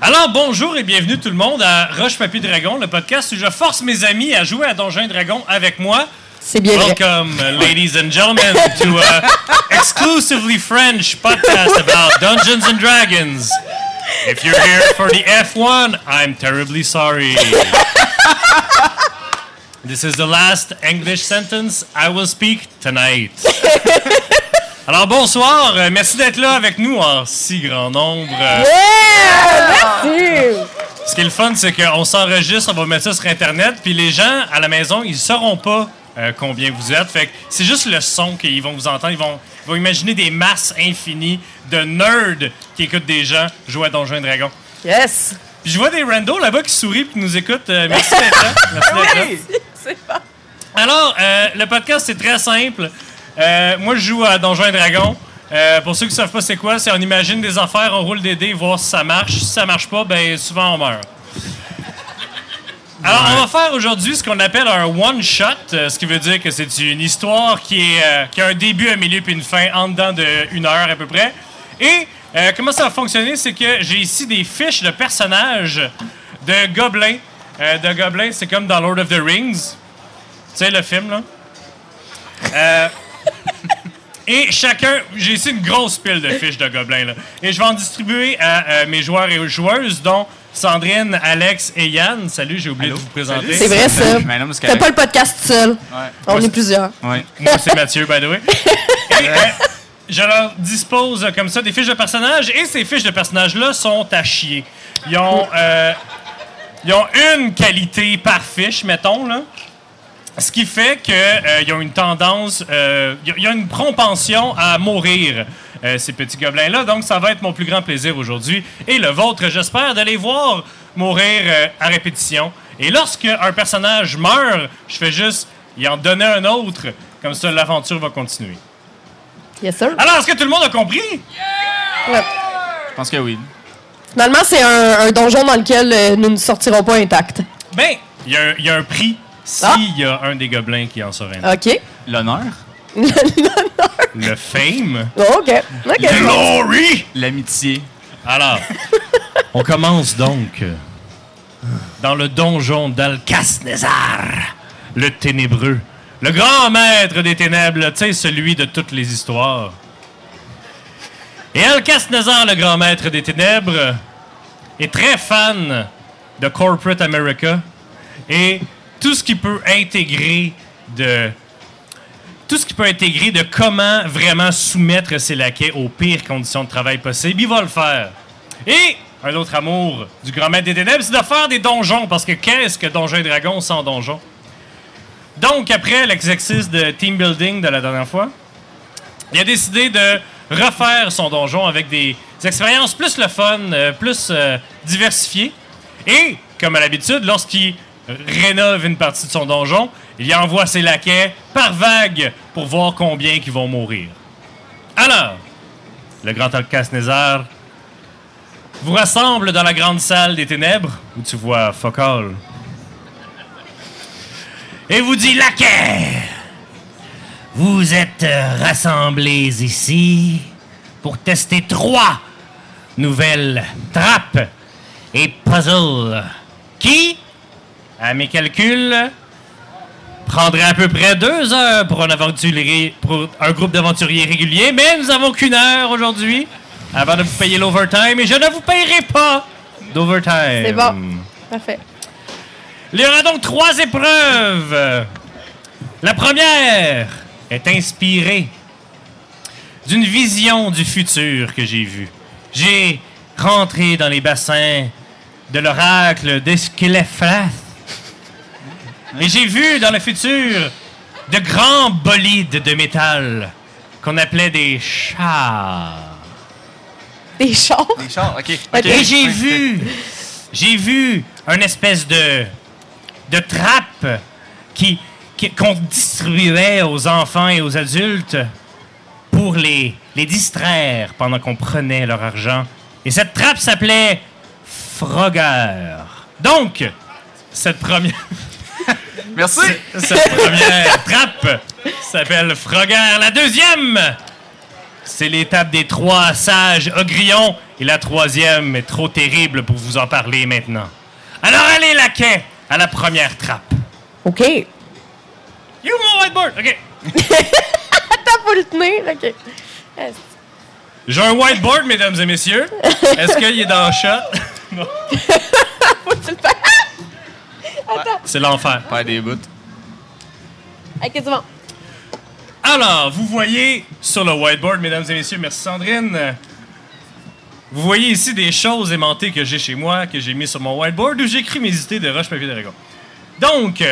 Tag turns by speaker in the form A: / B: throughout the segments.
A: Alors, bonjour et bienvenue tout le monde à Roche Papier Dragon, le podcast où je force mes amis à jouer à Donjons et Dragons avec moi.
B: C'est bien vrai.
A: Welcome, uh, ladies and gentlemen, to uh, exclusively French podcast about Dungeons and Dragons. If you're here for the F1, I'm terribly sorry. This is the last English sentence I will speak tonight. Alors bonsoir, euh, merci d'être là avec nous en si grand nombre. Euh,
B: Eh, Merci.
A: Ce qui est le fun, c'est qu'on s'enregistre, on va mettre ça sur Internet, puis les gens à la maison, ils sauront pas euh, combien vous êtes. Fait que c'est juste le son qu'ils vont vous entendre. Ils vont, ils vont imaginer des masses infinies de nerds qui écoutent des gens jouer à Donjons et Dragons.
B: Yes.
A: Puis je vois des randos là-bas qui sourient et qui nous écoutent. Euh, merci d'être là. Merci d'être là. Alors, euh, le podcast, c'est très simple. Euh, moi, je joue à Donjons et Dragons. Euh, pour ceux qui ne savent pas c'est quoi, c'est on imagine des affaires, on roule des dés, voir si ça marche. Si ça marche pas, ben souvent on meurt. Alors, on va faire aujourd'hui ce qu'on appelle un one-shot, euh, ce qui veut dire que c'est une histoire qui, est, euh, qui a un début, un milieu puis une fin en dedans d'une heure à peu près. Et euh, comment ça va fonctionner, c'est que j'ai ici des fiches de personnages de gobelins. Euh, de gobelins, c'est comme dans Lord of the Rings. Tu sais, le film, là. Euh, et chacun, j'ai ici une grosse pile de fiches de gobelins. Là. Et je vais en distribuer à euh, mes joueurs et aux joueuses, dont Sandrine, Alex et Yann. Salut, j'ai oublié
C: Allô?
A: de vous présenter.
B: C'est vrai ça.
C: Mais non, mais c'est
B: Fais pas
C: correct.
B: le podcast tout seul. On est plusieurs.
C: Ouais.
A: Moi, c'est Mathieu, by the way. Et, euh, je leur dispose euh, comme ça des fiches de personnages et ces fiches de personnages-là sont à chier. Ils ont, euh, ils ont une qualité par fiche, mettons, là. Ce qui fait qu'ils ont une tendance, euh, ils ont- ils ont une propension à mourir, euh, ces petits gobelins-là. Donc, ça va être mon plus grand plaisir aujourd'hui et le vôtre, j'espère, de les voir mourir euh, à répétition. Et lorsque un personnage meurt, je fais juste y en donner un autre. Comme ça, l'aventure va continuer.
B: Yes sir.
A: Alors, est-ce que tout le monde a compris?
C: Je pense que oui.
B: Finalement, c'est un, un donjon dans lequel euh, nous ne sortirons pas intacts.
A: Ben, il y, a un- il y a un prix
B: Ah.
A: s'il y a un des gobelins qui en sera un.
B: OK.
C: L'honneur,
A: Le fame.
B: Oh, OK. OK.
A: Le glory!
C: l'amitié.
A: Alors, on commence donc dans le donjon d'Alcasnezar, le ténébreux, le grand maître des ténèbres, tu sais, celui de toutes les histoires. Et Alcasnezar, le grand maître des ténèbres, est très fan de Corporate America et tout ce qui peut intégrer de tout ce qui peut intégrer de comment vraiment soumettre ses laquais aux pires conditions de travail possibles, il va le faire. Et un autre amour du grand maître des ténèbres, c'est de faire des donjons, parce que qu'est-ce que Donjons et Dragons sans donjon? Donc, après l'exercice de team building de la dernière fois, il a décidé de refaire son donjon avec des expériences plus le fun, euh, plus euh, diversifiées. Et, comme à l'habitude, lorsqu'il rénove une partie de son donjon, il envoie ses laquais par vague pour voir combien qui vont mourir. Alors, le grand Alcasnezar vous rassemble dans la grande salle des ténèbres, où tu vois Focal, et vous dit laquais vous êtes euh, rassemblés ici pour tester trois nouvelles trappes et puzzles qui, à mes calculs, prendraient à peu près deux heures pour un, aventurier- pour un groupe d'aventuriers réguliers, mais nous avons qu'une heure aujourd'hui avant de vous payer l'overtime et je ne vous payerai pas d'overtime.
B: C'est bon. Parfait.
A: Il y aura donc trois épreuves. La première est inspirée d'une vision du futur que j'ai vue. J'ai rentré dans les bassins de l'oracle d'Escléphath et j'ai vu dans le futur de grands bolides de métal qu'on appelait des chars.
B: Des chars.
C: Les chars, ok.
B: Ok.
A: Et j'ai vu, j'ai vu une espèce de de trappe qui qui- qu'on distribuait aux enfants et aux adultes pour les les distraire pendant qu'on prenait leur argent. Et cette trappe s'appelait Frogger. Donc cette première
C: Merci.
A: cette première trappe s'appelle Frogger. La deuxième, c'est l'étape des trois sages Ogrillon Et la troisième est trop terrible pour vous en parler maintenant. Alors allez, la quai, à la première trappe.
B: OK. T'as
A: You, mon whiteboard! OK.
B: pas le tenir? OK. Est-ce-
A: J'ai un whiteboard, mesdames et messieurs. Est-ce qu'il est dans le chat? Non.
B: Faut-tu le faire?
A: C'est l'enfer.
C: Pas des bouts.
B: OK, c'est bon.
A: Alors, vous voyez sur le whiteboard, mesdames et messieurs, merci Sandrine. euh, Vous voyez ici des choses aimantées que j'ai chez moi, que j'ai mis sur mon whiteboard, où j'écris mes idées de roche, papier, dragon. Donc,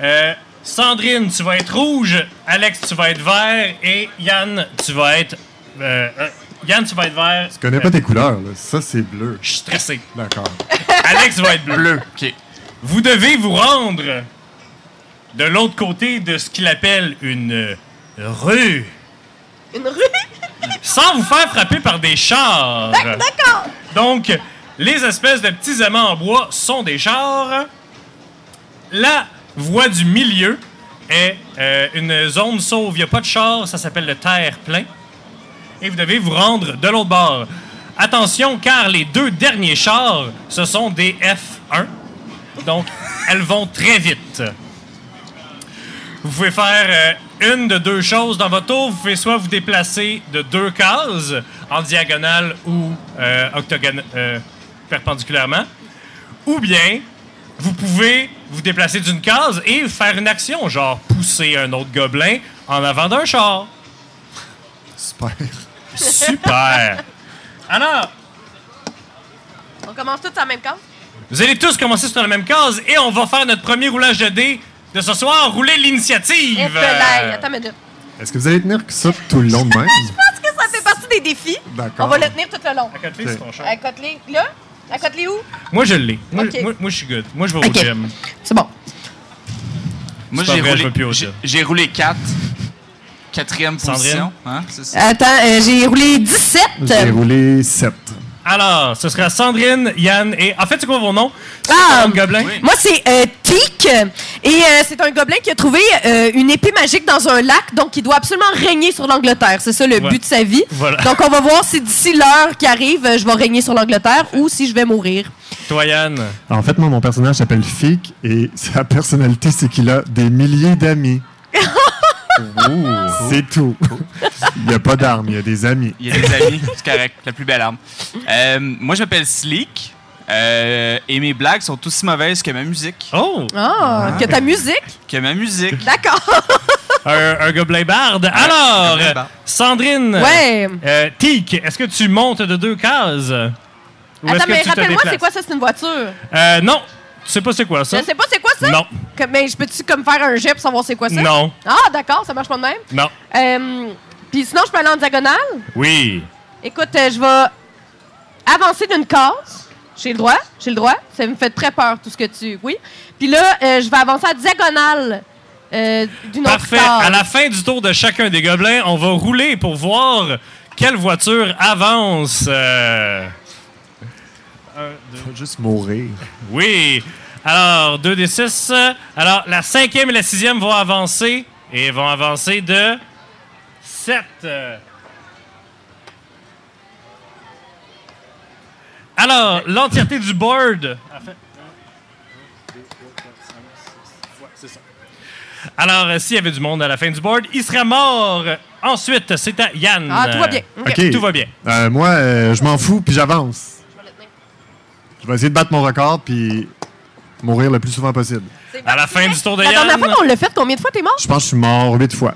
A: euh, Sandrine, tu vas être rouge, Alex, tu vas être vert, et Yann, tu vas être. euh, euh, Yann, tu vas être vert.
D: Je connais pas tes couleurs, là. Ça, c'est bleu.
A: Je suis stressé.
D: D'accord.
A: Alex va être bleu.
C: Bleu. OK.
A: Vous devez vous rendre de l'autre côté de ce qu'il appelle une rue.
B: Une rue?
A: sans vous faire frapper par des chars.
B: D'accord.
A: Donc, les espèces de petits aimants en bois sont des chars. La voie du milieu est euh, une zone sauve. Il n'y a pas de chars, ça s'appelle le terre-plein. Et vous devez vous rendre de l'autre bord. Attention, car les deux derniers chars, ce sont des F1. Donc, elles vont très vite. Vous pouvez faire euh, une de deux choses dans votre tour. Vous pouvez soit vous déplacer de deux cases en diagonale ou euh, octogona- euh, perpendiculairement, ou bien vous pouvez vous déplacer d'une case et faire une action, genre pousser un autre gobelin en avant d'un char.
D: Super.
A: Super! Alors,
B: On commence tous à la même case?
A: vous allez tous commencer sur la même case et on va faire notre premier roulage de dés de ce soir. Roulez
B: Et
A: l'initiative!
B: Attends une minute.
D: Est-ce que vous allez tenir ça tout le long de même?
B: Je pense que ça fait partie des défis.
D: D'accord.
B: On va le tenir tout le long.
A: À côté, c'est ton char.
B: À côté, là? À côté où?
A: Moi, je l'ai. Moi,
B: Ok.
A: moi- moi, je suis good. Moi, je vais
B: Ok.
A: au gym.
B: C'est bon.
C: Moi,
A: pas
C: j'ai
A: vrai, je veux plus
C: roulé,
A: au
C: j'ai-
A: gym.
C: j'ai roulé 4. Quatrième
A: Sandrine?
C: position. Hein? C'est ça.
B: Attends, euh, j'ai roulé 17.
D: J'ai roulé 7.
A: Alors, ce sera Sandrine, Yann et. En fait, c'est quoi vos noms?
B: Ah!
A: C'est un gobelin.
C: Oui.
B: Moi, c'est euh, Teak. Et euh, c'est un gobelin qui a trouvé euh, une épée magique dans un lac, donc il doit absolument régner sur l'Angleterre. C'est ça le
A: Ouais.
B: but de sa vie.
A: Voilà.
B: Donc, on va voir si d'ici l'heure qui arrive, euh, je vais régner sur l'Angleterre ou si je vais mourir.
A: Toi, Yann.
D: En fait, moi, mon personnage s'appelle Fick et sa personnalité, c'est qu'il a des milliers d'amis. C'est tout. Il n'y a pas d'armes, il y a des amis.
C: Il y a des amis, c'est correct. La plus belle arme. Euh, moi, je m'appelle Sleek. euh, et mes blagues sont aussi mauvaises que ma musique.
A: Oh!
B: Ah, que ta musique.
C: Que ma musique.
B: D'accord.
A: Un, un gobelin barde. Alors,
C: gobelin barde.
A: Sandrine.
B: Ouais.
A: Euh, Teek, est-ce que tu montes de deux cases? Ou est-ce
B: Attends,
A: que
B: mais
A: tu te
B: rappelle-moi,
A: déplaces?
B: c'est quoi ça? C'est une voiture.
A: Euh, non. Tu sais pas c'est quoi ça?
B: Je sais pas, c'est quoi ça?
A: Non.
B: Que- mais je peux-tu comme faire un jet pour savoir c'est quoi ça?
A: Non.
B: Ah, d'accord, ça marche pas de même.
A: Non.
B: Euh, Puis sinon, je peux aller en diagonale.
A: Oui.
B: Écoute, euh, je vais avancer d'une case. J'ai le droit, j'ai le droit. Ça me fait très peur, tout ce que tu... Oui. Puis là, euh, je vais avancer à diagonale euh, d'une autre
A: Parfait.
B: case.
A: À la fin du tour de chacun des gobelins, on va rouler pour voir quelle voiture avance. euh,
D: Faut juste mourir.
A: Oui. Alors, 2 des 6. Alors, la cinquième et la sixième vont avancer. Et vont avancer de 7. Alors, l'entièreté du board. Alors, euh, s'il y avait du monde à la fin du board, il serait mort. Ensuite, c'est à Yann.
B: Ah, tout va bien. OK.
D: OK.
A: Tout va bien.
D: Euh, moi, euh, je m'en fous, puis j'avance. Je vais essayer de battre mon record, puis mourir le plus souvent possible.
A: À la fin du tour de
B: La
A: Yann.
B: dernière fois qu'on l'a fait, combien de fois t'es mort?
D: Je pense que je suis mort huit fois.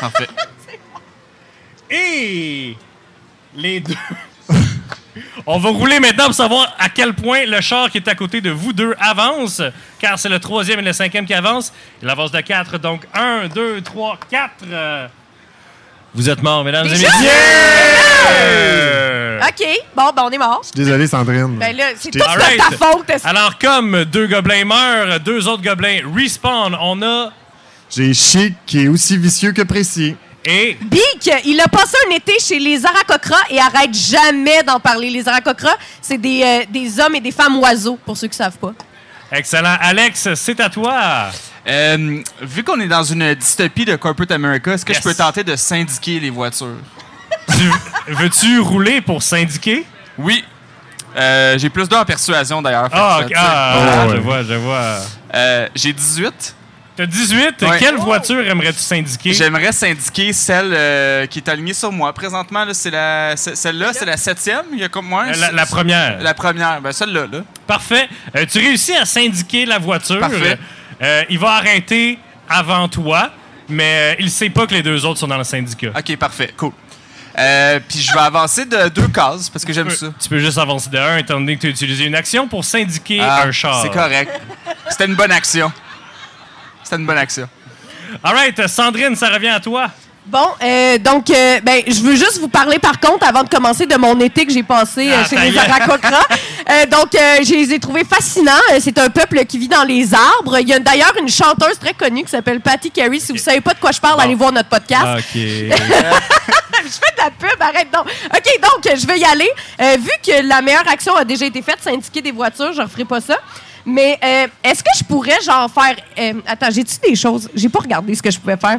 C: Parfait.
A: Et les deux. On va rouler maintenant pour savoir à quel point le char qui est à côté de vous deux avance, car c'est le troisième et le cinquième qui avancent. Il avance de quatre, donc un, deux, trois, quatre. Euh, Vous êtes morts, mesdames et
B: Déjà?
A: messieurs. Euh,
B: OK. Bon, ben on est mort.
D: Désolé, Sandrine.
B: Ben là, c'est
D: J'étais-
B: tout de
A: Alright.
B: ta faute. est-ce-
A: Alors, comme deux gobelins meurent, deux autres gobelins respawn. On a.
D: J'ai Chic qui est aussi vicieux que précis.
A: Et.
B: Bic, il a passé un été chez les Aracocras et arrête jamais d'en parler. Les Aracocras, c'est des, euh, des hommes et des femmes oiseaux, pour ceux qui savent pas.
A: Excellent. Alex, c'est à toi.
C: Euh, vu qu'on est dans une dystopie de Corporate America, est-ce que
A: Yes.
C: je peux tenter de syndiquer les voitures?
A: Tu- Veux-tu rouler pour syndiquer?
C: Oui. Euh, j'ai plus d'un en persuasion d'ailleurs. fait que
A: Ah,
C: ça
A: ok.
C: tire.
A: Ah,
D: Oh,
A: je
D: ouais.
A: vois, je vois.
C: Euh, j'ai 18.
A: T'as 18.
C: Ouais.
A: Quelle voiture aimerais-tu syndiquer?
C: J'aimerais syndiquer celle euh, qui est alignée sur moi. Présentement, là, c'est la, c'est- celle-là, c'est la septième. Il y a comme moi.
A: Euh, La, la première.
C: La première. Ben, celle-là. Là.
A: Parfait. Euh, tu réussis à syndiquer la voiture.
C: Parfait.
A: Euh, il va arrêter avant toi, mais euh, il sait pas que les deux autres sont dans le syndicat.
C: OK, parfait. Cool. Euh, Puis je vais avancer de deux cases parce que j'aime
A: Tu
C: ça.
A: peux- Tu peux juste avancer de 1 étant donné que tu as utilisé une action pour syndiquer
C: Ah,
A: un char.
C: C'est correct. C'était une bonne action. C'était une bonne action.
A: All right, euh, Sandrine, ça revient à toi.
B: Bon, euh, donc, euh, ben, je veux juste vous parler, par contre, avant de commencer, de mon été que j'ai passé euh,
A: Ah,
B: chez
A: ta
B: les
A: gueule.
B: Aracocras. Euh, donc, euh, je les ai trouvés fascinants. Euh, C'est un peuple qui vit dans les arbres. Il y a d'ailleurs une chanteuse très connue qui s'appelle Patty Carey. Si vous savez pas de quoi je parle, allez voir notre podcast.
A: Ah, OK.
B: je fais de la pub, arrête donc. OK, donc, euh, je vais y aller. Euh, vu que la meilleure action a déjà été faite, syndiquer des voitures, je referai pas ça. Mais euh, est-ce que je pourrais, genre, faire. euh, attends, j'ai-tu des choses? J'ai pas regardé ce que je pouvais faire.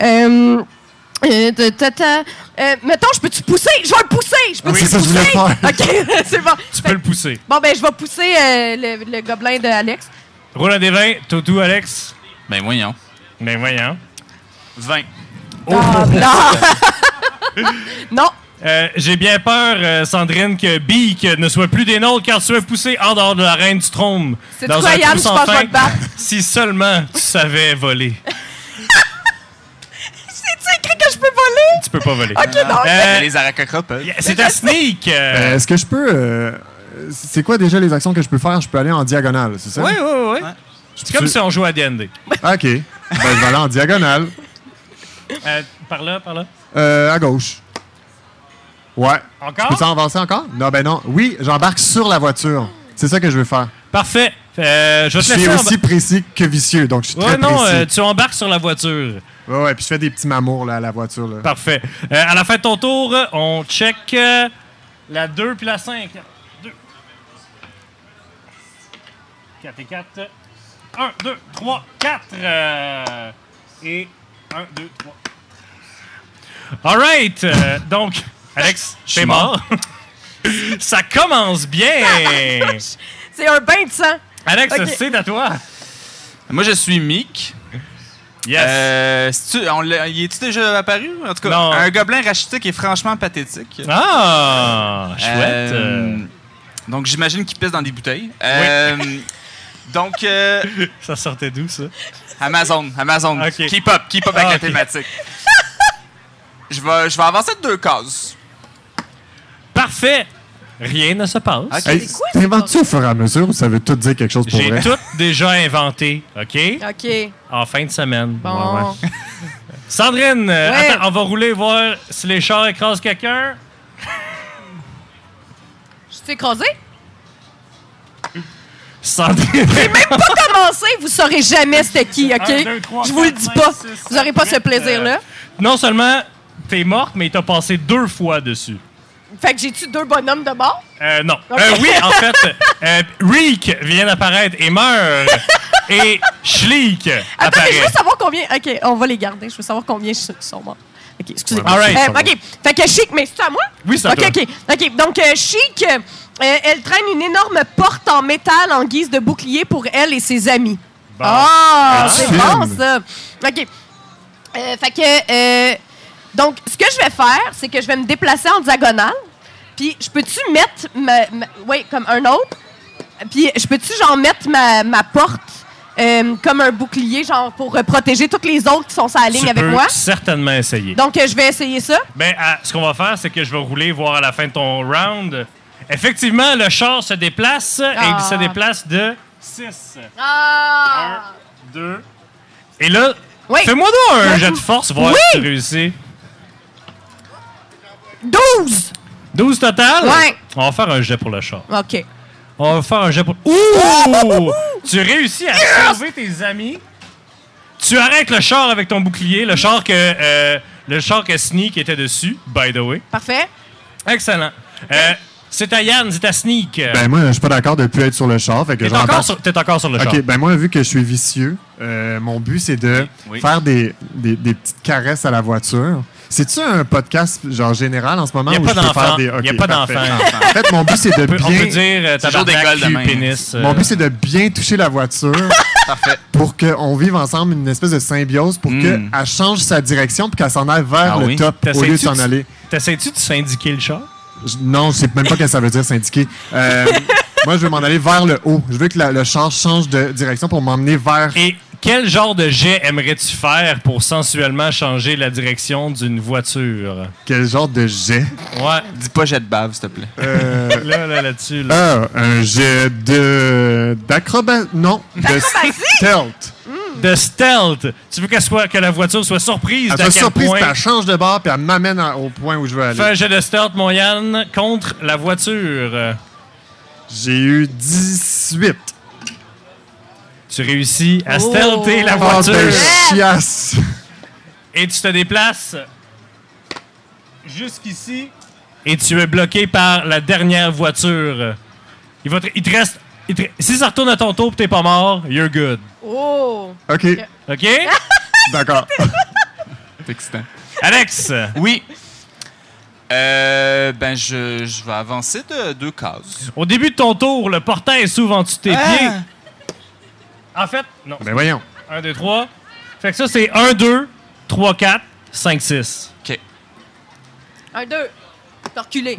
B: Euh, euh, ta- ta- ta. Euh, mettons, je peux-tu pousser? Je vais le pousser! Je peux-tu
D: Oui, c'est ça que je voulais
B: pousser?
D: faire.
B: OK, c'est bon.
A: tu
B: Fait-
A: peux le pousser.
B: Bon, ben, je vais pousser euh, le, le gobelin de Alex.
A: Roland des 20, Toto, Alex.
C: Ben voyons.
A: Ben voyons.
C: 20.
B: Ah, non! non!
A: Euh, J'ai bien peur, euh, Sandrine, que Beak ne soit plus des nôtres car tu es poussé en dehors de la reine du trône.
B: C'est
A: dans
B: quoi,
A: un
B: Yann?
A: trou
B: Je
A: sans
B: pense
A: fin.
B: pas te battre.
A: Si seulement tu savais voler.
B: C'est-tu écrit que je peux voler?
A: Tu peux pas voler.
B: OK, non,
A: Euh,
C: les aracocras peuvent.
A: C'est ta sneak. euh,
D: Euh, Est-ce que je peux. euh, c'est quoi déjà les actions que je peux faire? Je peux aller en diagonale, c'est ça?
A: Oui, oui, oui. C'est comme si on jouait à D&D.
D: OK. Ben, je vais aller en diagonale.
A: Euh, par là, par là.
D: Euh, à gauche. Ouais.
A: Encore?
D: Peux-tu en avancer encore? Non, ben non. Oui, j'embarque sur la voiture. C'est ça que je veux faire.
A: Parfait. Euh, je vais te
D: Je
A: laisser...
D: suis
A: emba-
D: aussi précis que vicieux, donc je suis
A: Ouais,
D: très
A: non,
D: précis.
A: euh, tu embarques sur la voiture.
D: Ouais, ouais, puis je fais des petits mamours là, à la voiture. Là.
A: Parfait. Euh, à la fin de ton tour, on check euh, la 2 puis la 5. 2. 4 et 4. 1, 2, 3, 4. euh, et 1, 2, 3. All right. euh, donc, Alex, je suis mort. Ça commence bien.
B: C'est un bain de sang.
A: Alex,
B: Ok.
A: c'est à toi.
C: Moi, je suis Mick.
A: Yes.
C: Euh, c'est-tu- on l'a- il est-tu déjà apparu? En tout cas,
A: Non.
C: un gobelin rachitique est franchement pathétique.
A: Ah, chouette.
C: Euh, Donc, j'imagine qu'il pisse dans des bouteilles. Euh, donc, euh,
A: Ça sortait d'où, ça?
C: Amazon, Amazon.
A: Ok.
C: Keep up, keep up avec
A: Ah,
C: la
A: ok.
C: thématique. je, vais, je vais avancer de deux cases.
A: Parfait. Rien ne se passe.
C: Ok.
D: Hey,
B: C'est quoi,
D: T'inventes-tu au fur et à mesure ou ça veut tout dire quelque chose pour
A: J'ai
D: vrai?
A: tout déjà inventé, OK?
B: OK.
A: En fin de semaine.
B: Bon.
D: Ouais, ouais.
A: Sandrine, euh,
B: Ouais.
A: attends, on va rouler voir si les chars écrasent quelqu'un.
B: Je suis écrasée?
A: Sandrine.
B: Pas commencé, vous saurez jamais c'était qui, OK?
A: Un, deux, trois,
B: je vous le
A: quatre,
B: dis
A: cinq,
B: pas.
A: six,
B: vous aurez pas
A: sept, euh,
B: ce plaisir-là.
A: non seulement t'es morte, mais t'as passé deux fois dessus.
B: Fait que j'ai-tu deux bonhommes de mort?
A: Euh, non.
B: Ok.
A: Euh, oui, en fait, euh, Reek vient d'apparaître et meurt. et Schleek
B: Attends, mais je
A: apparaît.
B: veux savoir combien. OK, on va les garder. Je veux savoir combien ch- ils sont morts. OK, excusez.
A: All right.
B: Euh, OK, fait que Chic, mais c'est à moi?
A: Oui, c'est à
B: OK,
A: toi.
B: OK, OK. Donc, euh, Chic, euh, euh, elle traîne une énorme porte en métal en guise de bouclier pour elle et ses amis.
A: Bon.
B: Ah,
D: Ah.
B: c'est
D: Film.
B: bon, ça. OK. Euh, fait que... euh, donc, ce que je vais faire, c'est que je vais me déplacer en diagonale. Puis, je peux-tu mettre... Ma, ma- oui, comme un autre. Puis, je peux-tu, genre, mettre ma, ma porte euh, comme un bouclier, genre, pour euh, protéger toutes les autres qui sont sur la ligne
A: Tu
B: avec
A: peux
B: moi?
A: certainement essayer.
B: Donc, euh, je vais essayer ça.
A: Ben, à- ce qu'on va faire, c'est que je vais rouler voir à la fin de ton round. Effectivement, le char se déplace et il
B: Ah.
A: se déplace de 6,
B: Ah!
A: 2. Et là,
B: Oui.
A: fais-moi donc un
B: Oui.
A: jet de force, voir
B: Oui.
A: si tu réussis.
B: 12!
A: 12 total?
B: Ouais.
A: On va faire un jet pour le char.
B: OK.
A: On va faire un jet pour. Ouh!
B: Oh!
A: Tu réussis à sauver tes amis. Tu arrêtes le char avec ton bouclier, le char que, euh, le char que Sneak était dessus, by the way.
B: Parfait.
A: Excellent. Euh, c'est à Yann, c'est à Sneak.
D: Ben moi, je suis pas d'accord de plus être sur le char, fait que
A: T'es
D: j'embarque-
A: encore, sur- t'es encore sur le char.
D: Ok, ben moi, vu que je suis vicieux, euh, mon but, c'est de
C: Oui, oui.
D: faire des, des- des petites caresses à la voiture. C'est-tu un podcast genre général en ce moment
A: Il y a
D: où
A: pas
D: je peux
A: d'enfant.
D: faire des.
A: Il y a
D: Ok,
A: pas
D: parfait.
A: d'enfant.
D: En fait, mon but, c'est de
A: On peut
D: bien.
A: dire euh,
C: Toujours des
A: tabarnak,
C: gueules de
A: cul,
C: même.
A: pénis. euh,
D: Mon but, c'est de bien toucher la voiture
C: Parfait.
D: pour qu'on vive ensemble une espèce de symbiose pour
C: Mm.
A: Hmm.
D: qu'elle change sa direction puis qu'elle s'en aille vers
C: Ah
D: le
C: oui?
D: top au lieu de
A: T'essayes-tu
D: s'en
A: de-
D: aller.
A: T'essayes-tu de syndiquer le char?
D: Je- non, je sais même pas ce que ça veut dire syndiquer. Euh, moi, je veux m'en aller vers le haut. Je veux que la- le char change de direction pour m'emmener vers.
A: Et quel genre de jet aimerais-tu faire pour sensuellement changer la direction d'une voiture?
D: Quel genre de jet
A: Ouais,
C: Dis pas jet de bave, s'il te plaît.
D: Euh,
A: là, là, là-dessus. Là.
D: Ah, un jet de. d'acrobat. Non, de stealth.
A: De stealth. Tu veux qu'elle soit, que la voiture soit surprise
D: Elle
A: d'à
D: soit
A: quel
D: surprise,
A: point?
D: puis elle change de bord, puis elle m'amène à- au point où je veux aller.
A: Fais un jet de stealth, mon Yann, contre la voiture.
D: J'ai eu 18.
A: Tu réussis à
B: Oh!
A: stealther la
B: Oh,
D: Oh,
A: voiture
D: ben, chiasse.
A: et tu te déplaces jusqu'ici et tu es bloqué par la dernière voiture. Il, va te, il te reste. il te- si ça retourne à ton tour et t'es pas mort, you're good.
B: Oh!
D: OK,
A: OK?
D: d'accord.
C: C'est excitant.
A: Alex!
C: Oui. Euh, ben, je, je vais avancer de deux cases.
A: Au début de ton tour, le portail s'ouvre en dessous de tes
B: Ah.
A: pieds. En fait, non.
D: Ben voyons.
A: 1, 2, 3. Fait que ça, c'est 1, 2, 3, 4, 5, 6.
C: OK.
B: Un, deux. T'as reculé.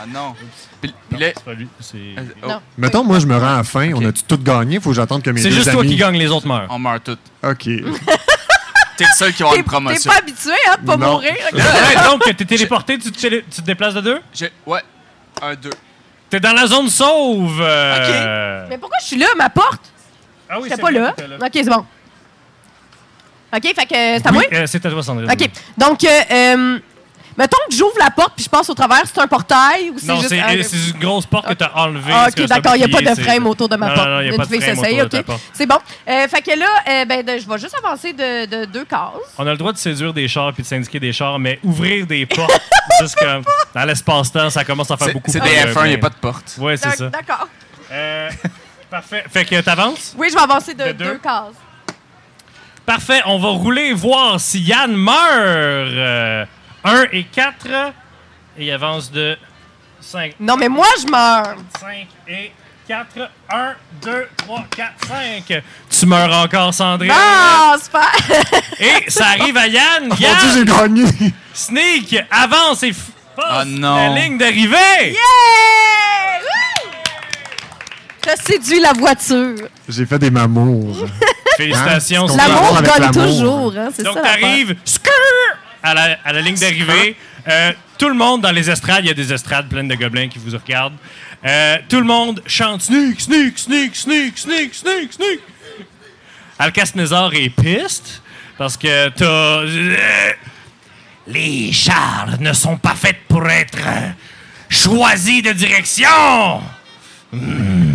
C: Ah non. Puis, puis là...
A: C'est pas lui, c'est-
C: euh, oh,
B: Non.
D: Mettons, moi, je me rends à la fin. On a-tu tout gagné? Faut que j'attende que mes
A: C'est
D: deux
A: juste
D: amis...
A: toi qui gagne, les autres meurent.
C: on meurt tous.
D: OK.
C: T'es le seul qui va avoir
B: T'es
C: une
B: t'es
C: promotion.
B: pas habitué, hein, de pas
D: Non.
B: mourir.
A: Ouais, donc, t'es téléporté, tu te, télé- tu te déplaces de deux?
C: J'ai- Ouais. Un, deux.
A: T'es dans la zone sauve! euh.
B: Mais pourquoi je suis là, ma porte?
A: Ah oui,
B: J'étais pas
A: vrai,
B: là.
A: t'étais
B: OK, c'est bon. OK, fait que euh, c'est à
A: Oui,
B: moi?
A: euh, c'est à toi, Sandrine.
B: OK. Donc, euh, euh, mettons que j'ouvre la porte puis je passe au travers, c'est un portail ou c'est
A: Non,
B: juste.
A: c'est
B: Ah,
A: euh, c'est une grosse porte que t'as enlevée.
B: Ah,
A: parce que
B: ok,
A: c'est un
B: d'accord, il n'y a pas de
A: bouclier,
B: frame
A: c'est-
B: autour de ma
A: Non,
B: porte.
A: non, non, y a
B: Une
A: pas de
B: fille
A: frame
B: s'essaye,
A: autour de
B: ok.
A: ta porte.
B: C'est bon. Euh, fait que là, euh, ben, de- je vais juste avancer de, de deux cases.
A: On a le droit de séduire des chars puis de syndiquer des chars, mais ouvrir des portes, juste comme dans l'espace-temps, ça commence à faire
C: C'est
A: beaucoup
C: c'est
A: pour,
C: des
A: euh,
C: F1, il n'y a
A: bien.
C: pas de porte.
A: Ouais, c'est
B: D'ac-
A: ça.
B: D'accord.
A: Euh, parfait. Fait que t'avances?
B: Oui, je vais avancer de,
A: De deux?
B: deux. cases.
A: Parfait. On va rouler voir si Yann meurt. 1 et 4. Et il avance de 5.
B: Non, mais moi, je meurs.
A: 5 et 4. 1, 2, 3, 4, 5. Tu meurs encore, Sandrine.
B: Ah, super.
A: Et ça arrive à
C: Oh
A: Yann.
D: Mon Dieu, j'ai
A: Yann,
D: gagné.
A: sneak, avance et f- passe
C: Ah non.
A: la ligne d'arrivée.
B: Yeah! Woo! T'as séduit la voiture.
D: J'ai fait des mamours.
A: Félicitations,
D: Hein?
A: Sandrine.
B: L'amour
D: avec
B: gagne
D: l'amour.
B: toujours, hein, c'est ça.
A: Donc,
B: l'affaire.
A: t'arrives skrr, à la, à la ligne d'arrivée. Euh, tout le monde dans les estrades, il y a des estrades pleines de gobelins qui vous regardent. Euh, tout le monde chante sneak, sneak, sneak, sneak, sneak, sneak, sneak. Alcasnezar est piste parce que t'as. Les chars ne sont pas faits pour être euh, choisis de direction. Hmm.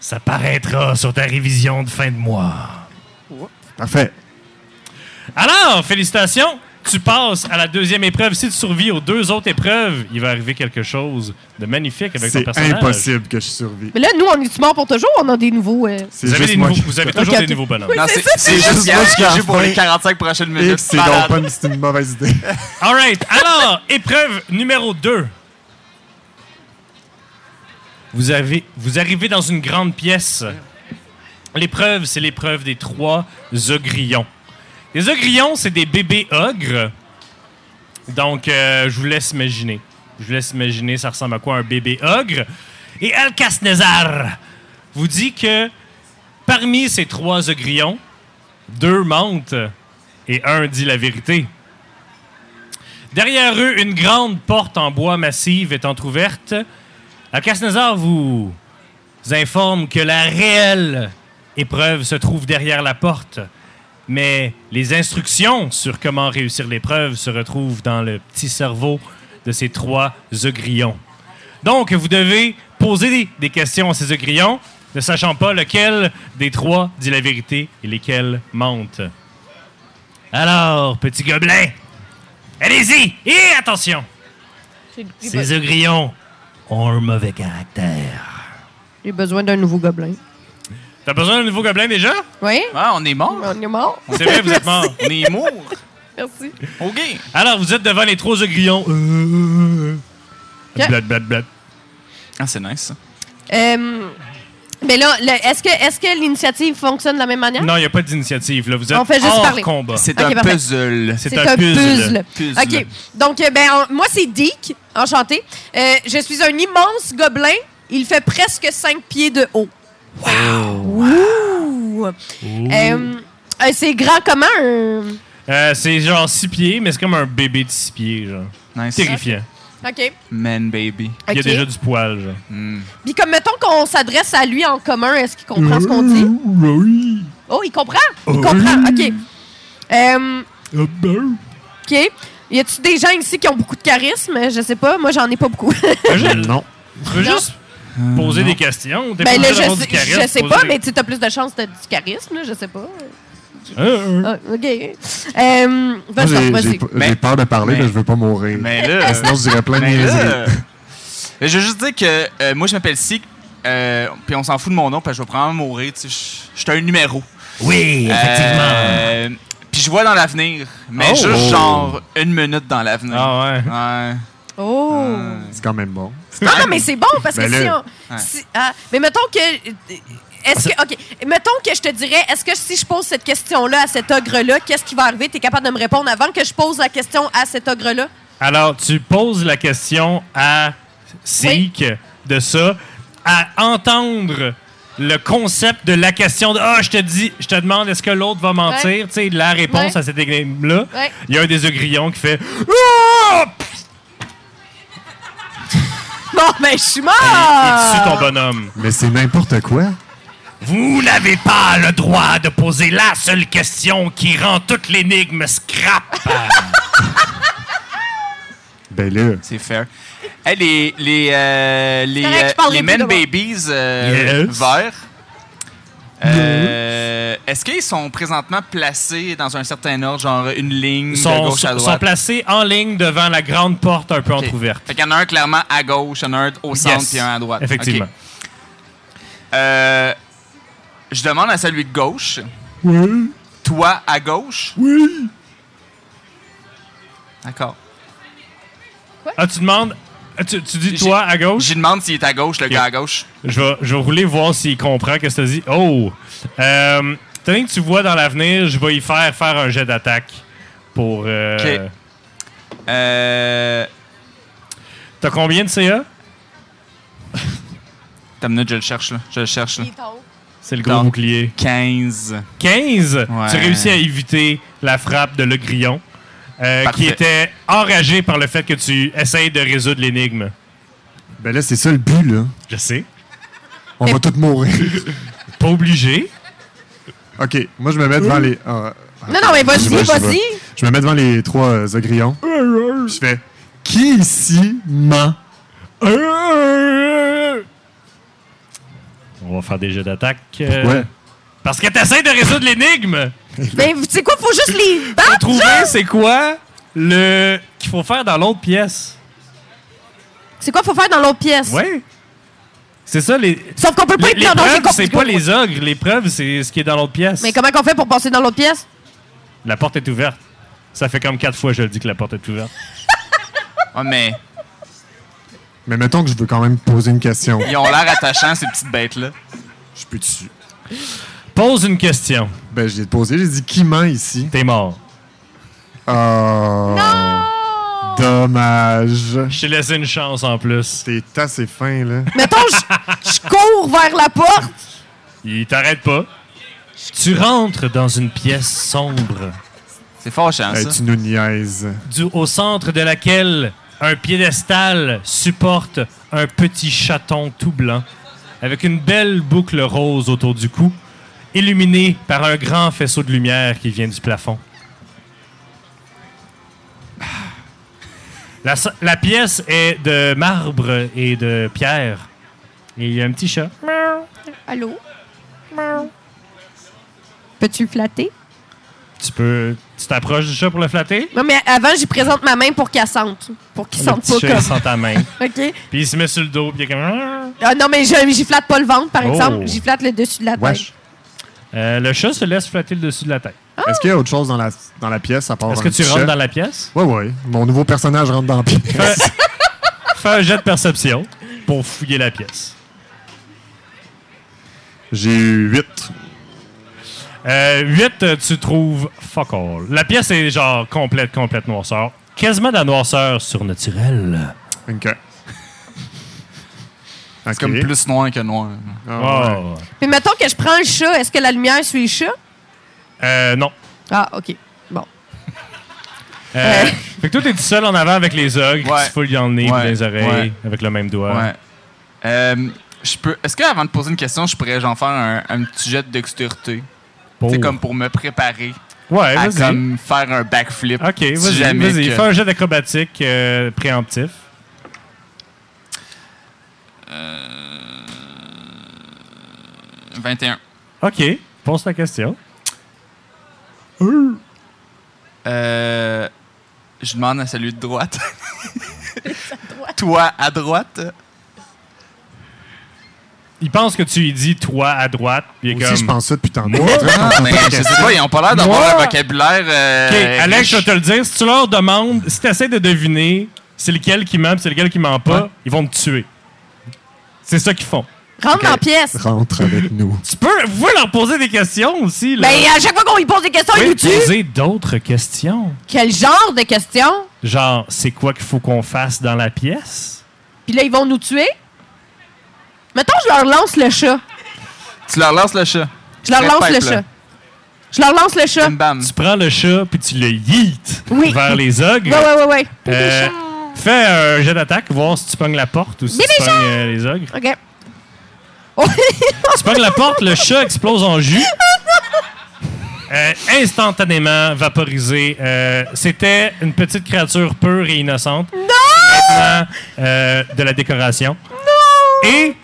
A: Ça paraîtra sur ta révision de fin de mois.
D: Parfait.
A: Alors, félicitations! Tu passes à la deuxième épreuve. Si tu survis aux deux autres épreuves, il va arriver quelque chose de magnifique avec ton
D: C'est
A: personnage.
D: impossible que je survive.
B: Mais là, nous, on est morts pour toujours, on a des nouveaux. euh,
D: C'est
A: Vous avez,
D: juste
A: des
D: moi
A: nouveaux-
D: qui-
A: vous avez toujours
B: Ok,
A: des
B: ok.
A: nouveaux bonhommes.
B: Oui.
C: Non,
B: c'est
C: c'est
B: ça, c'est
C: c'est juste
D: juste
C: Yann
D: moi qui
C: qui joue pour
D: gagne.
C: les 45 prochaines
D: Et
C: minutes.
D: c'est
C: Malade.
D: donc pas une, c'est une mauvaise idée.
A: All right. Alors, épreuve numéro 2. Vous, avez, vous arrivez dans une grande pièce. L'épreuve, c'est l'épreuve des trois ogrillons. Les ogrillons, c'est des bébés ogres. Donc, euh, je vous laisse imaginer. Je vous laisse imaginer, ça ressemble à quoi un bébé ogre. Et Alcasnezar vous dit que parmi ces trois ogrillons, deux mentent et un dit la vérité. Derrière eux, une grande porte en bois massive est entr'ouverte. Alcasnezar vous informe que la réelle épreuve se trouve derrière la porte, mais les instructions sur comment réussir l'épreuve se retrouvent dans le petit cerveau de ces trois ogrillons. Donc, vous devez poser des- des questions à ces ogrillons, ne sachant pas lequel des trois dit la vérité et lesquels mentent. Alors, petit gobelin, allez-y et attention!
B: j'ai- j'ai be-
A: Ces ogrillons ont un mauvais caractère.
B: J'ai besoin d'un nouveau gobelin.
A: T'as besoin d'un nouveau gobelin déjà?
B: Oui?
C: Ah, on est mort.
B: On est mort.
A: C'est vrai, vous êtes mort.
C: On est mort.
B: Merci.
C: OK.
A: Alors, vous êtes devant les trois grillons. Euh,
B: Ok.
A: Blat, blat, blat.
C: Ah, c'est nice, ça.
B: Euh, mais là, le- est-ce que, est-ce que l'initiative fonctionne de la même manière?
A: Non, il n'y a pas d'initiative. là. Vous êtes
B: On fait juste
A: hors
B: parler.
A: combat.
C: C'est
B: Ok,
C: un
B: parfait.
C: puzzle.
A: C'est un puzzle.
C: Puzzle.
B: OK. Donc, euh, ben, en- moi, c'est Deek, enchanté. Euh, je suis un immense gobelin. Il fait presque 5 pieds de haut. Wow! Euh, euh, c'est grand comment? un...
A: Euh, c'est genre six pieds, mais c'est comme un bébé de six pieds. Genre.
C: Nice.
A: Terrifiant.
B: OK.
C: Man, baby.
A: Il y a
B: Ah. OK.
A: déjà du poil. Genre.
C: Hmm.
B: Puis comme, mettons qu'on s'adresse à lui en commun, est-ce qu'il comprend ce qu'on
D: Mm-hmm.
B: dit?
A: Oui.
B: Oh, il comprend? Il comprend, OK. Euh,
A: Ah ben.
B: OK. Y a-tu des gens ici qui ont beaucoup de charisme? Je sais pas. Moi, j'en ai pas beaucoup.
A: Gilles,
D: Non.
A: Tu veux
B: Non.
A: juste poser
C: non.
A: des questions. T'es pas
B: ben là,
A: obligé
B: je
A: d'avoir du
B: sais,
A: charisme,
B: je sais
A: poser
B: pas,
A: des-
B: mais tu as plus de chance de du charisme, là, je sais pas.
A: Euh, euh.
B: Ah, OK. Euh,
D: Moi,
B: vas-y,
D: j'ai-
B: vas-y.
D: J'ai p-
C: Mais-
D: j'ai peur de parler,
C: mais-
D: mais je veux pas mourir. Ah,
C: Mais là.
D: Sinon, je dirais plein de
C: mais
D: niaiseries.
C: là. Mais je veux juste dire que euh, moi, je m'appelle Sick. euh, puis on s'en fout de mon nom, parce que je vais probablement mourir. tu sais, Je je suis un numéro.
A: Oui, effectivement.
C: Euh, puis je vois dans l'avenir. Mais
A: Oh.
C: juste genre une minute dans l'avenir.
A: Ah ouais.
C: Ouais.
B: Oh!
C: Euh,
D: C'est quand même bon.
B: Non, non, mais c'est bon parce que
D: Ben
B: si
D: là.
B: on.
C: Ouais.
B: si- ah, mais mettons que. Est-ce que. OK. Mettons que je te dirais, est-ce que si je pose cette question-là à cet ogre-là, qu'est-ce qui va arriver? Tu es capable de me répondre avant que je pose la question à cet ogre-là?
A: Alors, tu poses la question à Sik de ça, à entendre le concept de la question de Ah, je te dis, je te demande est-ce que l'autre va mentir,
B: Ouais.
A: tu sais, la réponse
B: Ouais.
A: à cette énigme-là.
B: Ouais.
A: Il y a un des grillons qui fait Ah!
B: Bon, ben, je suis mort!
A: Il tue ton bonhomme.
D: Mais c'est n'importe quoi.
A: Vous n'avez pas le droit de poser la seule question qui rend toute l'énigme scrap.
D: Ben là.
C: C'est fair. Hey, les les, euh, les,
B: correct, je
C: euh,
B: parlerai
C: les
B: plus
C: Men
B: demain.
C: Babies euh,
A: Yes.
C: verts, euh, est-ce qu'ils sont présentement placés dans un certain ordre, genre une ligne
A: Ils
C: de
A: sont,
C: gauche à
A: sont
C: droite?
A: placés en ligne devant la grande porte un peu
C: Ok.
A: entrouverte.
C: Fait qu'il y en a un clairement à gauche, il y en a un au centre,
A: Yes.
C: puis un à droite.
A: Effectivement.
C: Ok. Euh, je demande à celui de gauche.
D: Oui,
C: Toi à gauche.
D: oui.
C: D'accord.
A: Ah, tu demandes. ah, Tu, tu dis
C: J'ai-
A: toi à gauche?
C: J'y demande s'il est à gauche, le gars à gauche.
A: Je vais, je vais rouler voir s'il comprend qu'est-ce que tu dit. Oh! Euh, Tenez que tu vois dans l'avenir, je vais y faire faire un jet d'attaque pour. euh,
C: Ok. Euh,
A: T'as combien de CA?
C: T'as une minute, je le cherche, là. Je le cherche, là.
B: Il est en haut.
A: C'est le gros
C: Non.
A: bouclier.
C: 15.
A: 15! Tu
C: Ouais.
A: réussis à éviter la frappe de Le Grillon, euh,
C: Parfait.
A: qui était enragé par le fait que tu essayes de résoudre l'énigme.
D: Ben là, c'est ça le but, là.
A: Je sais.
D: On
B: Mais-
D: va tous mourir.
A: Pas obligé.
D: OK, moi, je me mets devant les... ah, ah,
B: Non, non, mais vas-y,
D: je sais pas, je sais
B: vas-y.
D: pas. Je me mets devant les trois euh, agrillons. Je fais... Qui ici ment?
A: On va faire des jets d'attaque. euh,
D: Ouais.
A: Parce que t'essayes de résoudre l'énigme!
B: Mais tu sais quoi, faut juste les
A: Faut
B: battre!
A: trouver c'est quoi le qu'il faut faire dans l'autre pièce.
B: C'est quoi faut faire dans l'autre pièce?
A: Ouais. C'est ça les
B: Sauf qu'on peut pas
A: les-
B: être dans dans-
A: l'épreuve, c'est
B: compliqué.
A: pas les ogres, l'épreuve c'est ce qui est dans l'autre pièce.
B: Mais comment qu'on fait pour passer dans l'autre pièce?
A: La porte est ouverte. Ça fait comme quatre fois je le dis que la porte est ouverte.
C: Ouais, mais
D: Mais mettons que je veux quand même poser une question.
C: ils ont l'air attachants, ces petites bêtes-là.
D: Je peux dessus.
A: Pose une question.
D: Ben, je l'ai posé. J'ai dit, qui ment ici?
A: T'es mort.
D: Oh...
B: Non!
D: Dommage.
A: Je t'ai laissé une chance en plus.
D: T'es assez fin, là.
B: Mettons, je je cours vers la porte.
A: Il t'arrête pas. Tu rentres dans une pièce sombre,
C: C'est fâchant,
D: Hey,
C: Ah, ça.
D: tu nous niaises.
A: du, au centre de laquelle un piédestal supporte un petit chaton tout blanc, avec une belle boucle rose autour du cou, illuminé par un grand faisceau de lumière qui vient du plafond. La, sa- la pièce est de marbre et de pierre. Et il y a un petit chat.
B: Allô? Peux-tu le flatter?
A: Tu peux. Tu t'approches du chat pour le flatter?
B: Non, mais avant, j'y présente ma main pour qu'elle sente. Pour qu'il
A: Le
B: sente
A: petit
B: pas
A: chat,
B: comme.
A: il sent ta main.
B: OK?
A: Puis il se met sur le dos, puis il est comme.
B: Ah, non, mais je- j'y flatte pas le ventre, par
A: Oh.
B: exemple. J'y flatte le dessus de la tête.
D: Wesh.
A: Euh, le chat se laisse flatter le dessus de la tête.
C: Ah!
D: Est-ce qu'il y a autre chose dans la, dans la pièce à part
A: Est-ce que tu rentres dans la pièce?
D: Oui, oui. Mon nouveau personnage rentre dans la pièce.
A: Fais, fais un jet de perception pour fouiller la pièce.
D: J'ai eu 8.
A: Euh, 8, tu trouves fuck all. La pièce est genre complète, complète noirceur. Quasiment de la noirceur surnaturelle.
D: OK. Ok.
C: C'est comme plus noir que noir.
D: Ah, ouais.
A: Oh.
B: Mais mettons que je prends le chat, est-ce que la lumière suit le chat?
A: Euh, non.
B: Ah, OK. Bon.
A: Euh,
B: Ouais.
A: fait que toi, t'es tout seul en avant avec les ogres qui
C: Ouais.
A: se fouillent dans le nez, puis
C: Ouais.
A: dans les oreilles,
C: Ouais.
A: avec le même doigt.
C: Ouais. Euh, je peux. Est-ce qu'avant de poser une question, je pourrais genre faire un, un petit jet de dextérité?
A: Pour-
C: C'est comme pour me préparer
A: Ouais,
C: à
A: Oh. vas-y.
C: comme faire un backflip.
A: Ok,
C: si
A: vas-y,
C: jamais
A: vas-y.
C: que-
A: Fais un jet d'acrobatique euh, préemptif.
C: Euh, 21.
A: Ok, pose ta question.
C: Euh, je demande à celui de droite. Toi à droite.
A: Il pense que tu lui dis toi à droite, puis il est
D: Aussi, je
A: comme.
D: pense ça depuis tantôt.
A: Moi?
D: Je pense
C: Ah, Mais
D: pas
C: je
D: que-
C: sais pas, ils ont pas l'air d'avoir un
A: Moi?
C: vocabulaire. euh,
A: Ok, Alex,
C: riche.
A: je vais te le dire. Si tu leur demandes, si tu essaies de deviner c'est lequel qui ment, puis c'est lequel qui ment pas, ils vont te tuer. C'est ça qu'ils font.
B: Rentre dans la pièce.
D: Rentre avec nous.
A: Tu peux, vous pouvez leur poser des questions aussi. Là.
B: Ben, à chaque fois qu'on lui pose des questions,
A: Vous
B: il
A: pouvez
B: nous tue.
A: poser d'autres questions.
B: Quel genre de questions?
A: Genre, c'est quoi qu'il faut qu'on fasse dans la pièce?
B: Puis là, ils vont nous tuer. Mettons, je leur lance le chat.
C: Tu leur lances le chat.
B: Je leur
C: Très
B: lance le
C: pipe, là.
B: chat. Je leur lance le chat.
C: Bam bam.
A: Tu prends le chat puis tu le yeet
B: Oui. Ben
A: vers les ogres.
B: Ouais, ouais, ouais, ouais.
A: Euh, fais un jet d'attaque, voir si tu pognes la porte ou si
B: Bébé
A: tu pognes euh, les ogres.
B: OK. Oh,
A: Tu pognes la porte, le chat explose en jus. Euh, instantanément vaporisé. Euh, C'était une petite créature pure et innocente. Non! de la décoration. Non! Et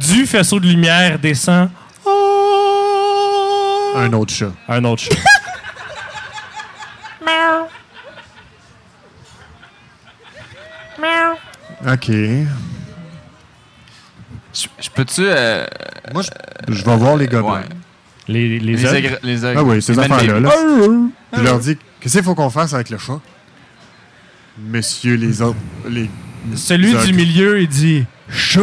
A: du faisceau de lumière descend
D: Un autre chat.
A: un autre chat.
D: OK.
C: Je, je peux-tu. euh,
D: Moi, je, je vais voir les gobelins.
C: ouais.
A: Les, les
C: Les
A: ogres.
C: aigres- les aigres.
D: Ah oui, ces
C: Les
D: affaires-là.
C: men-
D: là. Je leur dis, qu'est-ce qu'il faut qu'on fasse avec le chat? Monsieur les autres... Les...
A: Celui
D: Zog.
A: du milieu, il dit Chat,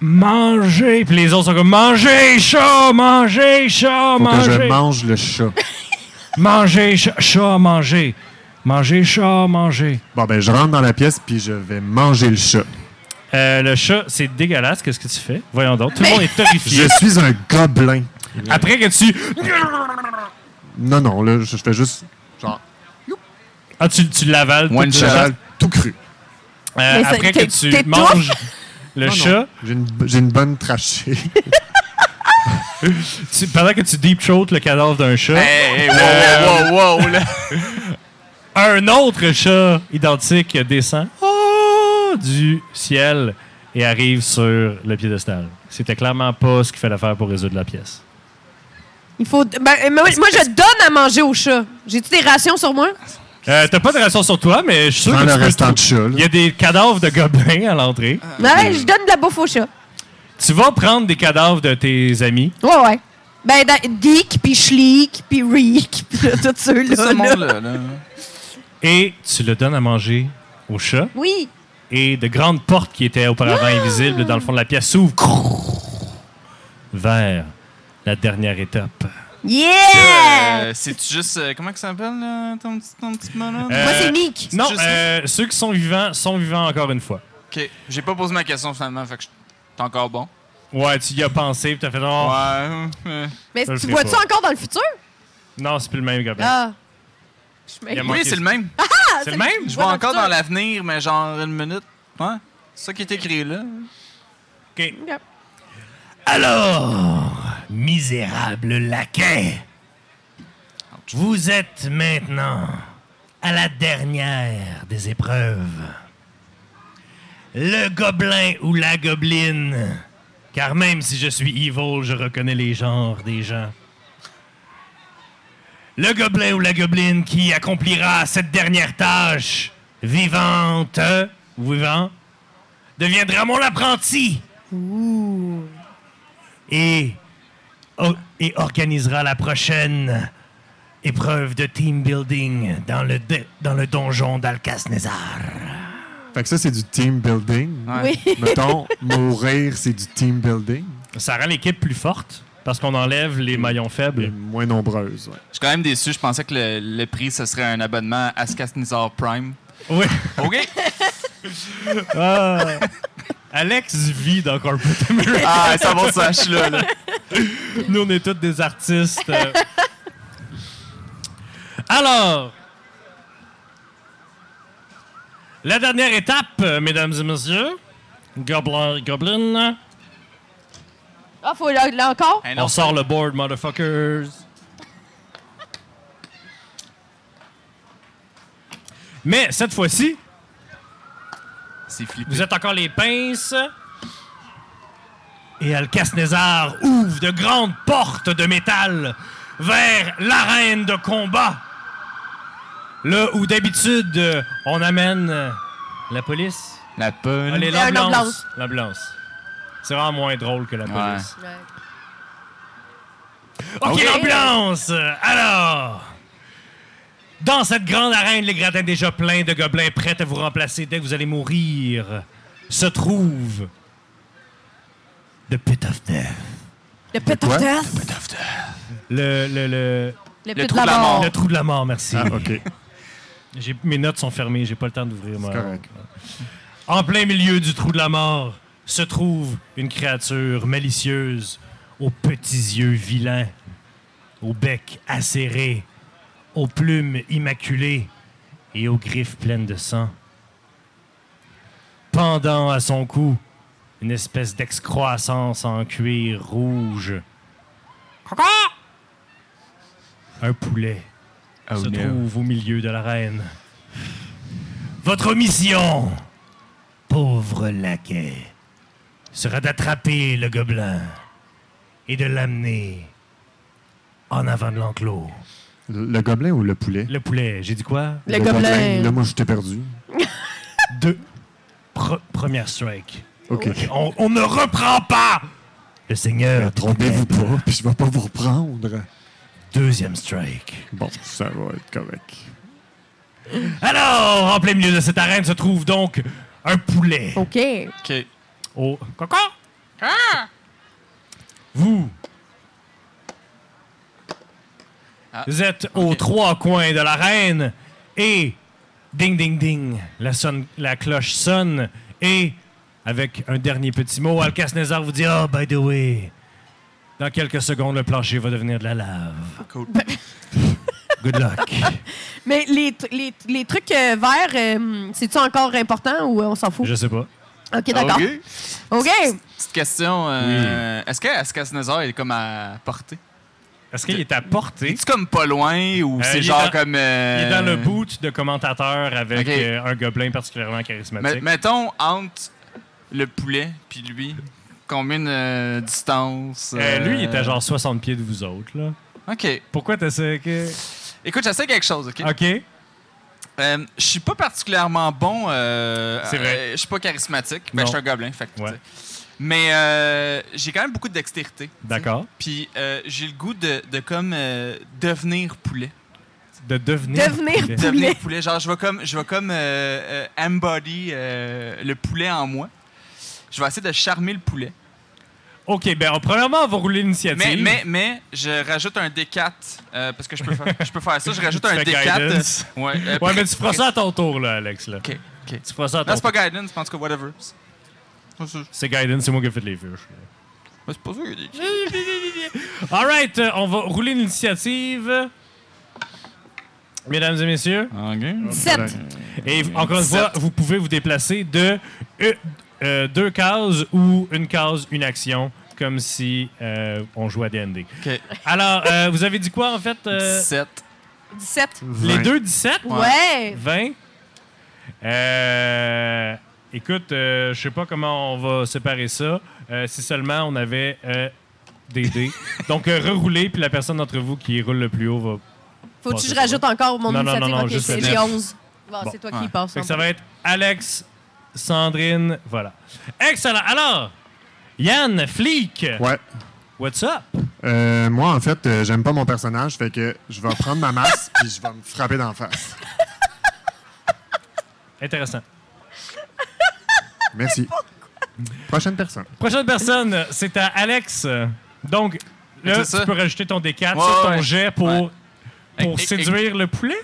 A: mangez. Puis les autres sont comme Mangez, chat, mangez, chat,
D: Faut que je
A: mangez.
D: mange le chat.
A: Mangez, chat, chat, mangez. Mangez, chat, mangez.
D: Bon, ben, je rentre dans la pièce, puis je vais manger le chat.
A: Euh, le chat, c'est dégueulasse. Qu'est-ce que tu fais Voyons donc. Tout le monde est
D: Je
A: terrifié.
D: suis un gobelin.
A: Après que tu.
D: Non, non, là, je je fais juste... Genre,
A: Ah, tu, tu l'avales.
C: One
A: tout-
C: shot.
D: j'avale tout cru.
A: Euh,
B: Mais ça-
A: après que
B: t'es-
A: tu
B: t'es toi?
A: manges le
D: Non, non,
A: chat,
D: J'ai une, j'ai une bonne trachée.
A: tu- pendant que tu deep throat le cadavre d'un chat,
D: Ben-
C: Hey, hey, wow, wow, wow, wow, là.
A: un autre chat identique descend oh, du ciel et arrive sur le piédestal. C'était clairement pas ce qu'il fallait faire pour résoudre la pièce.
B: Il faut. ben, euh, moi, moi, je donne à manger au chat. J'ai-tu des rations sur moi?
A: Euh, T'as pas de ration sur toi, mais je suis sûr
D: Prends
A: que
D: le
A: tu peux
D: restant
A: trou-
D: de chat,
A: Il y
D: là.
A: a des cadavres de gobelins à l'entrée.
B: Ouais, je donne de la bouffe au chat.
A: Tu vas prendre des cadavres de tes amis.
B: Ouais, ouais. Ben, da- Dick, puis Schlick, puis Reek, puis là, tous ceux-là.
C: Ce
B: là.
C: monde-là. là.
A: Et tu le donnes à manger au chat.
B: Oui.
A: Et de grandes portes qui étaient auparavant invisibles dans le fond de la pièce s'ouvrent Crrrr. vers la dernière étape.
B: Yeah!
C: Euh, C'est-tu juste. euh, comment que ça s'appelle, là, ton petit, ton petit bonhomme?
A: Euh,
B: moi, c'est Nick.
A: Non,
C: juste-
A: euh, ceux qui sont vivants sont vivants encore une fois.
C: Ok, j'ai pas posé ma question finalement, fait que je- t'es encore bon.
A: Ouais, tu y as pensé, puis t'as fait non.
C: Ouais. euh,
B: Mais
A: je
B: tu
A: sais
B: vois-tu
A: pas.
B: encore dans le futur?
A: Non, c'est plus le même gobelin.
B: Ah. Je
A: Il y a
B: me-
A: mon-
C: Oui,
A: manqué
C: c'est le même.
A: c'est le même?
C: Je
B: vois
C: vois
B: dans le
C: encore
B: futur.
C: dans l'avenir, mais genre une minute. Ouais. C'est ça qui est écrit là.
A: Ok. Alors, misérable laquais, vous êtes maintenant à la dernière des épreuves. Le gobelin ou la gobeline, car même si je suis evil, je reconnais les genres des gens. Le gobelin ou la gobeline qui accomplira cette dernière tâche, vivante euh, ou vivant, deviendra mon apprenti et, o- et organisera la prochaine Épreuve de team building dans le, de- dans le donjon d'Alcasnezar.
D: Fait que ça, c'est du team building.
C: Ouais.
B: Oui.
D: Mettons, mourir, c'est du team building.
A: Ça rend l'équipe plus forte parce qu'on enlève les maillons
D: Et
A: faibles.
D: moins nombreuses, ouais.
C: Je suis quand même déçu. Je pensais que le, le prix, ce serait un abonnement à Scasnizar Prime.
A: Oui.
C: OK.
A: Ah. Alex vit dans Corporate America.
C: ah, ça va, ça. Je suis là, là.
A: Nous, on est tous des artistes. euh. Alors, la dernière étape, euh, mesdames et messieurs, Goblin, Goblin,
B: Ah, faut là, là encore?
C: Hey, non,
A: on sort le board, motherfuckers. Mais cette fois-ci,
C: C'est flippant.
A: Vous êtes encore les pinces. Et Alcasnezar ouvre de grandes portes de métal vers l'arène de combat. Là où d'habitude, euh, on amène euh, la police.
C: La bonne.
A: Allez,
B: Là,
A: l'ambulance. L'ambulance. C'est vraiment moins drôle que la police. OK,
B: Ok.
A: l'ambulance! Alors, dans cette grande arène, les gradins déjà pleins de gobelins prêts à vous remplacer dès que vous allez mourir, se trouve The Pit of Death.
B: Le pit
D: quoi?
B: of death.
A: Le, le, le,
B: Le
C: Le
B: pit
C: trou
B: de la
C: de la
B: mort.
A: le trou de la mort, merci.
D: Oh. Ah, OK.
A: J'ai- mes notes sont fermées, j'ai pas le temps d'ouvrir. ma-
D: correct.
A: En plein milieu du trou de la mort se trouve une créature malicieuse, aux petits yeux vilains, au bec acéré, aux plumes immaculées et aux griffes pleines de sang. Pendant à son cou une espèce d'excroissance en cuir rouge. Un poulet
C: Oh,
A: se
C: no.
A: trouve au milieu de l'arène. Votre mission, pauvre laquais, sera d'attraper le gobelin et de l'amener en avant de l'enclos.
D: Le, le gobelin ou le poulet?
A: Le poulet, j'ai dit quoi?
B: Le gobelin.
D: Là, moi, je t'ai perdu.
A: Deux. Pre- première strike.
D: OK.
B: Oh.
A: On, on ne reprend pas! Le seigneur,
D: Euh, Trompez-vous
A: trompez-vous
D: pas, puis je vais pas vous reprendre.
A: Deuxième strike.
D: Bon, ça va être correct.
A: Alors, en plein milieu de cette arène se trouve donc un poulet.
B: OK.
C: OK.
A: Oh, coco! Ah. Vous.
C: Ah,
A: Vous êtes aux trois coins de l'arène et ding ding ding, la, sonne- la cloche sonne et avec un dernier petit mot, Alcasnezar vous dit Oh, by the way, dans quelques secondes, le plancher va devenir de la lave.
C: Cool.
A: Good luck.
B: Mais les, tr- les, les trucs euh, verts, euh, c'est-tu encore important ou euh, on s'en fout?
A: Je sais pas. Ah,
B: OK, d'accord.
C: OK.
B: OK.
C: Petite question. euh, Est-ce que Ascasnazar est comme à portée?
A: Est-ce qu'il est à portée?
C: Es-tu comme pas loin
A: Euh, il
C: ou
A: est
C: c'est genre
A: dans-
C: comme. euh,
A: Il est dans le
C: bout.
A: boot de commentateur avec
C: Ok.
A: euh, un gobelin particulièrement charismatique.
C: Mettons entre le poulet puis lui, combien de euh, distance?
A: Euh, lui, il
C: euh,
A: était genre 60 pieds de vous autres, là.
C: OK.
A: Pourquoi t'essaies que...
C: Écoute, j'essaie quelque chose, OK?
A: OK.
C: Euh, je suis pas particulièrement bon. euh,
A: C'est vrai.
C: euh, je suis pas charismatique. Ben,
A: Non.
C: je suis un gobelin, fait que,
A: Ouais.
C: tu sais. Mais euh, j'ai quand même beaucoup de dextérité. tu sais.
A: D'accord.
C: Puis euh, j'ai le goût de, de comme euh, devenir poulet.
A: De devenir...
B: Devenir
A: poulet.
B: Poulet.
C: Devenir poulet. Genre, je vais comme, je vais comme euh, euh, embody euh, le poulet en moi. Je vais essayer de charmer le poulet.
A: OK, ben alors, premièrement, on va rouler
C: Mais,
A: l'initiative.
C: mais, mais je rajoute un D4 euh, parce que je peux, faire, je peux faire ça. Je rajoute
A: Tu
C: un
A: fais
C: D4.
A: guidance.
C: euh, ouais, euh,
A: Ouais, mais tu feras ça à ton tour, là, Alex, là.
C: Ok, ok.
A: Tu feras ça à ton
C: Non, c'est
A: tour.
C: pas guidance, mais en tout cas, whatever. C'est
A: C'est Gaiden, c'est moi qui ai fait les fiches.
C: c'est pas ça que j'ai dit.
A: All right, euh, on va rouler l'initiative. Mesdames et messieurs.
B: Sept.
A: Et encore une fois,
C: Sept.
A: vous pouvez vous déplacer de euh, euh, deux cases ou une case, une action, comme si euh, on jouait à D&D.
C: Ok.
A: Alors, euh, vous avez dit quoi, en fait? euh,
C: 17.
B: 17.
A: Les
D: Vingt.
A: deux, 17?
B: Ouais.
A: 20? Euh, écoute, euh, je sais pas comment on va séparer ça. Euh, si seulement on avait euh, des dés. Donc, euh, rerouler, puis la personne d'entre vous qui roule le plus haut va...
B: Faut-tu que
A: Bon,
B: je rajoute encore mon
A: Non, non,
B: initiative?
A: non, non,
B: OK,
A: juste
B: c'est-
A: le
B: j'ai
A: neuf.
B: 11. Bon,
A: Bon.
B: c'est toi
C: Ouais.
B: qui y passes.
A: Fait que
B: hein.
A: ça va être Alex, Sandrine, voilà. Excellent! Alors, Yann, flic,
D: Ouais.
A: what's up?
D: Euh, moi, en fait, euh, j'aime pas mon personnage, fait que je vais prendre ma masse puis je vais me frapper d'en face.
A: Intéressant.
D: Merci. Prochaine personne.
A: Prochaine personne, c'est à Alex. Donc, là,
C: C'est
A: tu
C: ça.
A: peux rajouter ton D4
C: Ouais,
A: sur ton
C: ouais.
A: jet pour,
C: Ouais.
A: pour
C: Et- et-
A: séduire le poulet.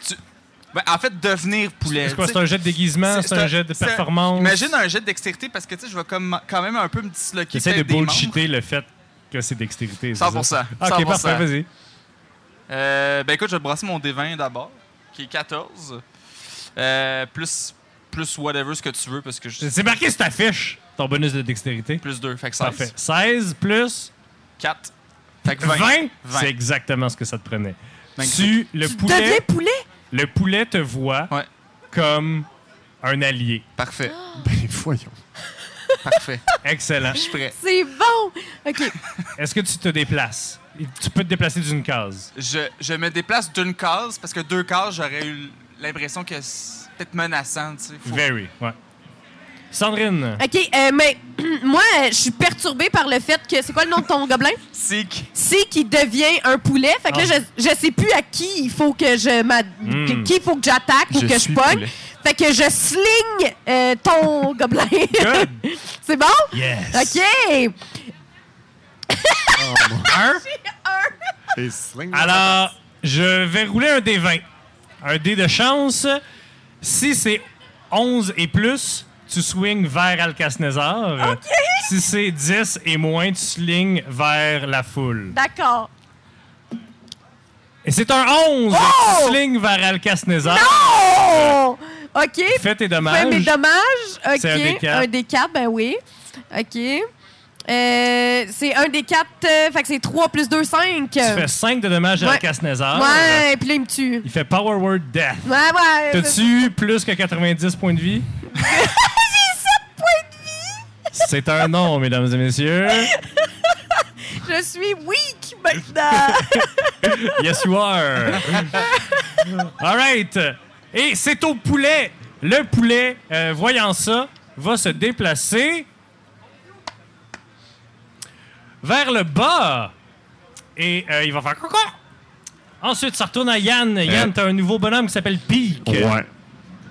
C: Ben, en fait, devenir poulet.
A: C'est quoi,
C: tu
A: c'est un
C: sais.
A: jet de déguisement, c'est un jet de
C: c'est un-
A: performance?
C: Imagine un jet de dextérité parce que tu sais, je vais comme, quand même un peu me disloquer.
A: J'essaie de
C: peut-être des membres.
A: bullshitter le fait que c'est dextérité. c'est
C: 100%,
A: Ah, Ok,
C: 100%.
A: parfait, vas-y.
C: Euh, ben écoute, je vais brasser mon D20 d'abord, qui est 14. Euh, plus, plus whatever ce que tu veux parce que je.
A: C'est marqué sur ta fiche, ton bonus de dextérité.
C: Plus 2, fait que 16.
A: Parfait. 16 plus
C: 4. Fait que
A: 20,
C: 20.
A: c'est exactement ce que ça te prenait. Tu,
C: Magnifique.
A: le
B: Tu
A: poulet,
B: deviens poulet?
A: le poulet te voit
C: Ouais.
A: comme un allié.
C: Parfait.
D: Ben voyons.
C: Parfait.
A: Excellent.
C: Je suis prêt.
B: C'est bon! OK.
A: Est-ce que tu te déplaces? Tu peux te déplacer d'une case.
C: Je, je me déplace d'une case parce que deux cases, j'aurais eu l'impression que c'est peut-être menaçant, tu sais. Faut-
A: Very, ouais. Sandrine,
B: OK, euh, mais moi, euh, je suis perturbée par le fait que... C'est quoi le nom de ton gobelin?
C: Sick.
B: C'est qui devient un poulet. Fait que
A: Ah.
B: là, je, je sais plus à qui il faut que je m'a-
A: Hmm.
B: que- qui il faut que j'attaque ou
C: Je
B: que je
C: suis
B: pogne.
C: poulet.
B: Fait que je sling euh, ton gobelin.
A: Good.
B: C'est bon?
A: Yes.
B: OK.
A: un.
D: Et sling.
A: Alors, je vais rouler un dé 20. Un dé de chance. Si c'est 11 et plus, tu swings vers Alcasnezar. Si c'est 10 et moins, tu slings vers la foule.
B: D'accord.
A: Et c'est un 11!
B: Oh!
A: Tu slings vers Alcasnezar.
B: Oh! OK.
A: Fais tes
B: Ouais,
A: dommages.
B: mais dommage. OK.
A: C'est un des quatre.
B: des quatre, ben oui. OK. Euh, c'est un des quatre. euh, fait que c'est 3 plus 2, 5.
A: Tu fais 5 de dommages à
B: Ouais.
A: Alcasnezar.
B: Ouais, puis là, il me tue.
A: Il fait Power Word Death.
B: Ouais, ouais.
A: T'as-tu eu plus que 90 points de vie? J'ai 7 points de vie! C'est un nom, mesdames et messieurs.
B: Je suis weak maintenant.
A: Yes, you are. All right. Et c'est au poulet. Le poulet, euh, voyant ça, va se déplacer vers le bas. Et euh, il va faire coucou. Ensuite, ça retourne à Yann. Yann, t'as un nouveau bonhomme qui s'appelle Pique.
D: Euh. Ouais.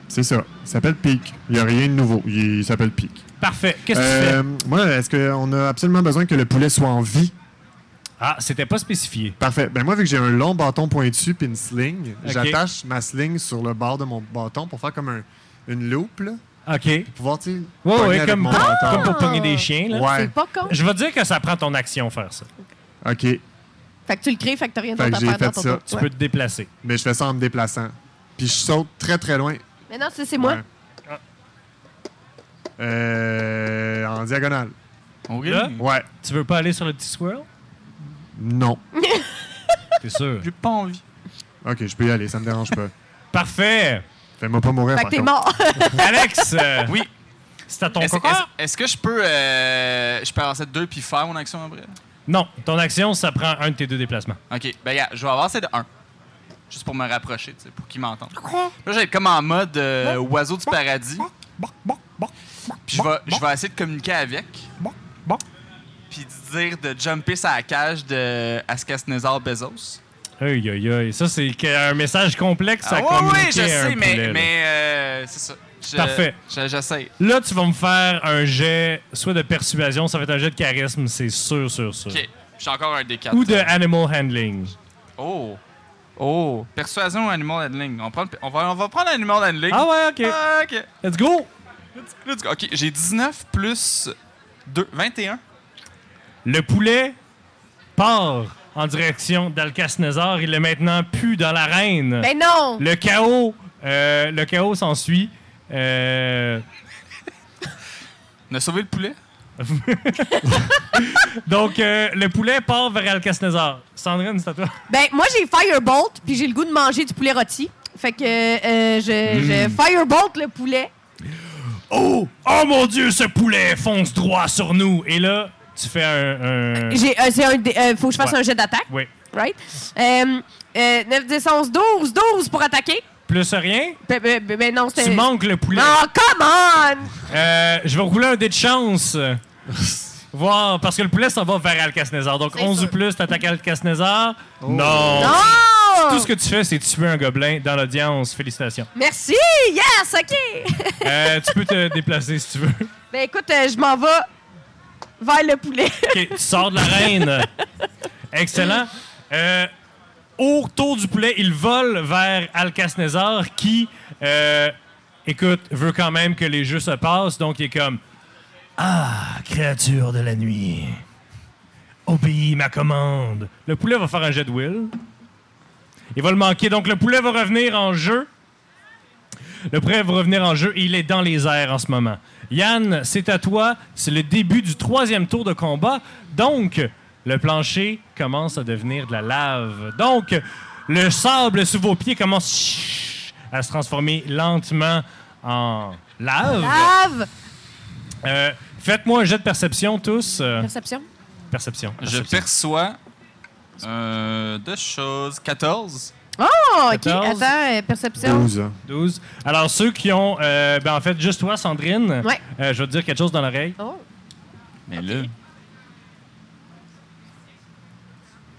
D: C'est ça. Il s'appelle Pic. Il n'y a rien de nouveau. Il il s'appelle Pic.
A: Parfait. Qu'est-ce que tu fais?
D: Euh, moi, est-ce qu'on a absolument besoin que le poulet soit en vie?
A: Ah, c'était pas spécifié.
D: Parfait. Ben moi, vu que j'ai un long bâton pointu puis une sling,
A: Ok.
D: j'attache ma sling sur le bord de mon bâton pour faire comme un- une loupe, là.
A: OK. Ouais,
D: Pour pouvoir, tu sais, pogner
A: ouais,
D: avec
A: comme,
D: mon
A: pour- comme
D: bâton.
A: pour pogner des chiens. Là.
D: Ouais.
B: C'est pas con.
A: Je vais te dire que ça prend ton action faire ça.
D: OK.
B: Fait que tu le crées, fait que t'as rien
D: Fait
B: d'autre
D: que
B: à
D: j'ai
B: faire dans
D: fait
B: ton
D: ça.
B: tour.
A: Tu
B: Ouais.
A: peux te déplacer.
D: Mais je fais ça en me déplaçant. Puis je saute très, très loin.
B: Mais non, c'est c'est moi.
D: Ouais. Euh, en diagonale.
C: OK.
A: Là?
D: Ouais.
A: Tu veux pas aller sur le petit swirl?
D: Non.
A: T'es sûr?
C: J'ai pas envie.
D: OK, je peux y aller. Ça me dérange pas.
A: Parfait!
D: Fais-moi pas mourir,
B: Fait que
D: par
B: t'es
D: contre.
B: mort.
A: Alex, euh,
C: Oui.
A: c'est à ton
C: Est-ce
A: coco?
C: est-ce- est-ce que je peux, euh, je peux avancer de 2 puis faire mon action après?
A: Non, ton action, ça prend un de tes deux déplacements.
C: OK. Ben, gars, je vais avancer de 1. Juste pour me rapprocher, tu sais, pour qu'ils m'entendent. Là, je vais être comme en mode euh, oiseau du paradis. Puis je vais, je vais essayer de communiquer avec. Puis de dire de jumper sa cage de Ascasnezar Bezos.
A: Aïe, aïe, aïe. Ça, c'est que- un message complexe à
C: Ah, ouais,
A: communiquer
C: ouais, je
A: à un
C: sais,
A: poulet,
C: mais,
A: là.
C: mais euh, c'est ça. Je-
A: Parfait.
C: je- J'essaie.
A: Là, tu vas me faire un jet, soit de persuasion, ça va être un jet de charisme, c'est sûr, sûr, sûr.
C: OK. J'ai encore un D4.
A: Ou de animal handling.
C: Oh. Oh. Persuasion ou Animal Handling. On, prend, on, va, on va prendre Animal Handling.
A: Ah ouais, ok.
C: Ah, OK.
A: Let's go!
C: Let's- let's go. OK, j'ai 19 plus 2. 21.
A: Le poulet part en direction d'Alcasnezar. Il est maintenant plus dans l'arène.
B: Mais Ben non.
A: Le chaos, euh, le chaos s'ensuit. Euh,
C: On a sauvé le poulet.
A: donc, euh, le poulet part vers Alcasnezar. Sandrine, c'est à toi.
B: Ben, moi, j'ai Firebolt, puis j'ai le goût de manger du poulet rôti. Fait que euh, je, je
A: Mm.
B: Firebolt le poulet.
A: Oh! Oh mon Dieu, ce poulet fonce droit sur nous! Et là, tu fais un... un-
B: J'ai, euh, c'est un dé- euh, faut que je fasse
A: Ouais.
B: un jet d'attaque,
A: Oui.
B: right? Euh, euh, 9, 10, 11, 12, 12 pour attaquer.
A: Plus rien,
B: Ben, ben, ben, ben non, c'était...
A: tu manques le poulet.
B: Oh, come on!
A: Euh, je vais rouler un dé de chance. voir. Parce que le poulet s'en va vers Alcasnezar. Donc,
B: C'est
A: 11
B: sûr.
A: ou plus, t'attaques Alcasnezar. Non.
B: Oh!
A: Tout ce que tu fais, c'est tuer un gobelin dans l'audience. Félicitations.
B: Merci! Yes! OK!
A: Euh, tu peux te déplacer si tu veux.
B: ben écoute, euh, je m'en vais vers le poulet.
A: OK, tu sors de l'arène. Excellent. Euh, autour du poulet, il vole vers Alcasnezar qui, euh, écoute, veut quand même que les jeux se passent. Donc, il est comme Ah, créature de la nuit, obéis ma commande. Le poulet va faire un jet de will. Il va le manquer. Donc, le poulet va revenir en jeu. Le prêt va revenir en jeu et il est dans les airs en ce moment. Yann, c'est à toi. C'est le début du troisième tour de combat. Donc, le plancher commence à devenir de la lave. Donc, le sable sous vos pieds commence à se transformer lentement en lave.
B: Lave!
A: Euh, Faites-moi un jet de perception, tous. Euh,
B: Perception.
A: perception.
C: Je perçois euh, deux choses. 14.
B: Oh, OK.
A: 14.
B: Attends, euh, perception.
D: 12.
A: 12. Alors, ceux qui ont. euh, ben, en fait, juste toi, Sandrine.
B: Ouais.
A: Euh, je vais te dire quelque chose dans l'oreille.
B: Oh.
C: Mais là.